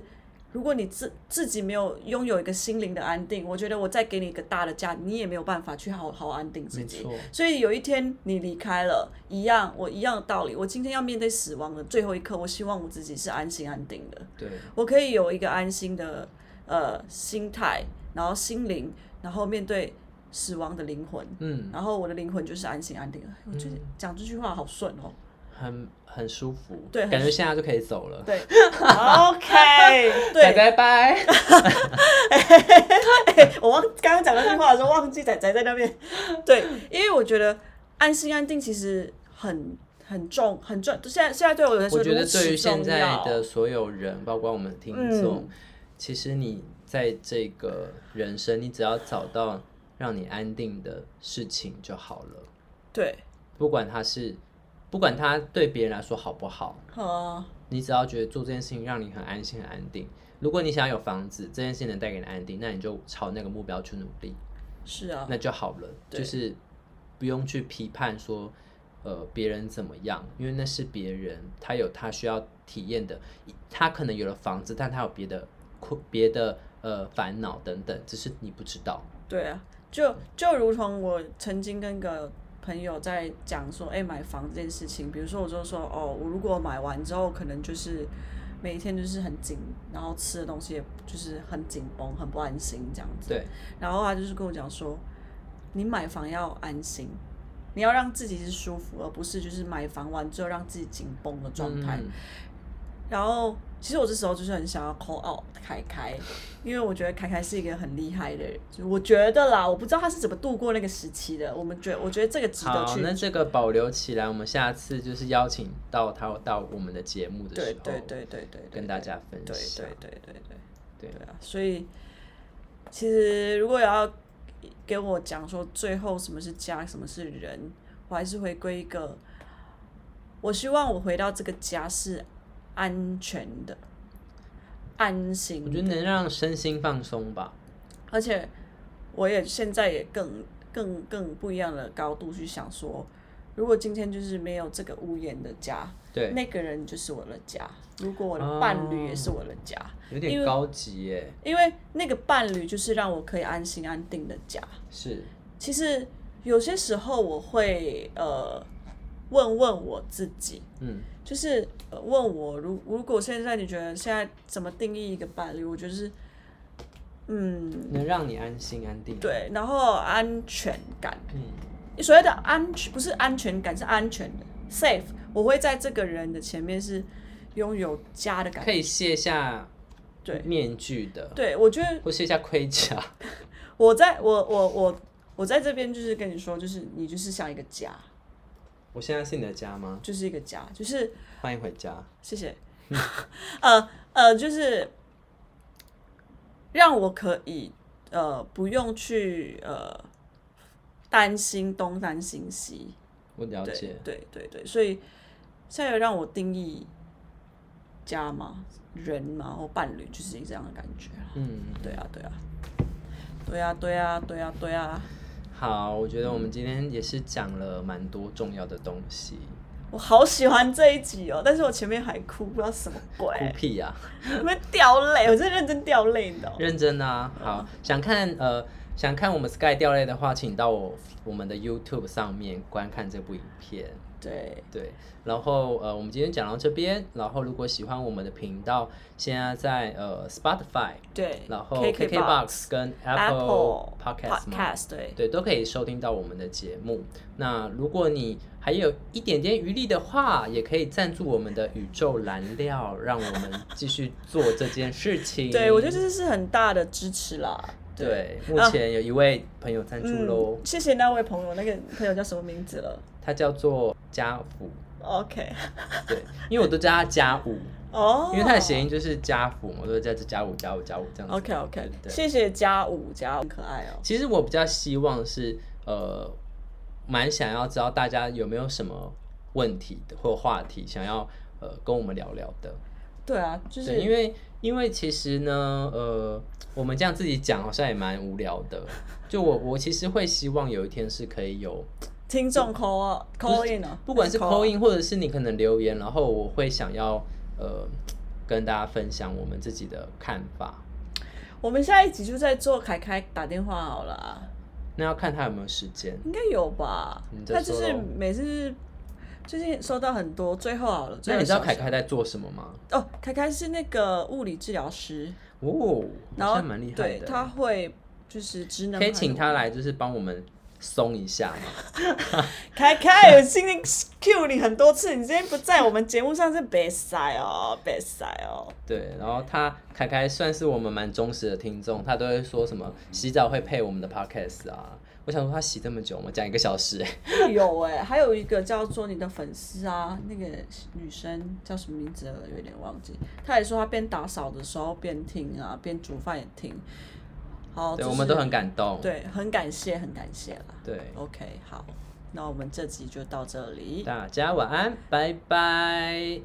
如果你自自己没有拥有一个心灵的安定，我觉得我再给你一个大的家，你也没有办法去好好安定自没己错。所以有一天你离开了，一样，我一样的道理。我今天要面对死亡的最后一刻，我希望我自己是安心安定的。对，我可以有一个安心的呃心态，然后心灵，然后面对死亡的灵魂，嗯，然后我的灵魂就是安心安定。哎我觉得讲这句话好顺 哦。 很很舒服，对很感觉现在就可以走了。对，OK，对，拜拜。哎 我忘刚刚讲那句话的时候忘记仔仔在那边。对，因为我觉得安心安定其实很很重很重，现在现在对我来说我觉得如此对于现重在要的所有人，包括我们听众，其实你在这个人生，你只要找到让你安定的事情就好了，对，不管它是，不管它对别人来说好不好，呃，你只要觉得做这件事情让你很安心、很安定。如果你想要有房子，这件事情能带给你安定，那你就朝那个目标去努力。是啊，那就好了，对就是不用去批判说呃别人怎么样，因为那是别人，他有他需要体验的，他可能有了房子，但他有别的困、别的呃烦恼等等，只是你不知道。对啊，就就如同我曾经跟个朋友在讲说，哎、买房这件事情，比如说我就说，哦，我如果买完之后，可能就是每一天就是很紧，然后吃的东西也就是很紧绷，很不安心这样子。对，然后他就是跟我讲说，你买房要安心，你要让自己是舒服，而不是就是买房完之后让自己紧绷的状态。嗯然后其实我这时候就是很想要 call out 凯凯，因为我觉得凯凯是一个很厉害的人，就我觉得啦，我不知道他是怎么度过那个时期的。我们觉我觉得这个值得好，去那这个保留起来，我们下次就是邀请到他到我们的节目的对时候，对对对对，跟大家分对享。对对对对对对啊！所以其实如果要给我讲说最后什么是家，什么是人，我还是回归一个，我希望我回到这个家是安全的、安心我觉得能让身心放松吧。而且我也现在也更更更不一样的高度去想说，如果今天就是没有这个屋檐的家，对，那个人就是我的家，如果我的伴侣也是哦我的家，有点高级耶。因为那个伴侣就是让我可以安心安定的家。是，其实有些时候我会呃问问我自己，嗯，就是呃问我，如如果现在你觉得现在怎么定义一个伴侣，我觉得是，嗯，能让你安心安定。，对，然后安全感，嗯，所谓的安全不是安全感，是安全的 safe。我会在这个人的前面是拥有家的感可觉。以卸下对面具的，对，我觉得或卸下盔甲。 我在我我我我在这边就是跟你说，就是你就是像一个家，我现在是你的家吗？就是一个家，就是欢迎回家。谢谢，嗯 呃呃，就是让我可以呃不用去呃担心东担心西，我了对解，对对对，所以现在有让我定义家嘛、人嘛或伴侣，就是这样的感觉啊。嗯，对啊，对啊，对啊，对啊，对啊，对啊。好，我觉得我们今天也是讲了蛮多重要的东西。我好喜欢这一集哦，但是我前面还哭，不知道什么鬼，孤僻呀、我会掉泪，我真的认真掉泪，你知道吗？啊认真啊，好，想看呃，想看我们 Sky 掉泪的话，请到我我们的 YouTube 上面观看这部影片。对，对，然后呃，我们今天讲到这边，然后如果喜欢我们的频道，现在在呃 Spotify，对，然后 KK KKBox 跟 Apple Podcast 嘛 Podcast 对对，都可以收听到我们的节目。那如果你还有一点点余力的话，也可以赞助我们的宇宙燃料，让我们继续做这件事情。 对，我嗯觉得这是很大的支持啦。嗯对，目前有一位朋友赞助喽，谢谢那位朋友，那个朋友叫什么名字了他叫做家福， ？OK，对，因为我都叫他家五，哦，因为他的谐音就是家福嘛，我都叫这家五家五家五这样子。 OK OK，对谢谢加五加五，很可爱哦。其实我比较希望是呃，蛮想要知道大家有没有什么问题的或话题想要呃跟我们聊聊的，对啊，就是对，因为因为其实呢，呃，我们这样自己讲好像也蛮无聊的。就 我我其实会希望有一天是可以有，听众 call call in 哦，不管是 call in in 或者是你可能留言，然后我会想要呃跟大家分享我们自己的看法。我们下一集就在做凯凯打电话好了啊，那要看他有没有时间。应该有吧你？再他就说是咯每次最近收到很多，最后好了，最那后你知道小凯凯在做什么吗？哦，凯凯是那个物理治疗师，哦，然好后像蛮厉害对的。他会就是职能，可以请他。来，就是帮我们松一下嘛。凯凯，我今天 cue 你很多次，你今天不在我们节目上是别塞哦，别塞哦。对，然后他凯凯算是我们蛮忠实的听众，他都会说什么洗澡会配我们的 podcast 啊。我想说他洗这么久，我们讲一个小时、欸，有哎、还有一个叫做你的粉丝啊，那个女生叫什么名字了，有一点忘记。她也说她边打扫的时候边听啊，边煮饭也听。好，对哦这我们都是很感动。对，很感谢，很感谢啦。对， OK，好，那我们这集就到这里。大家晚安，拜拜。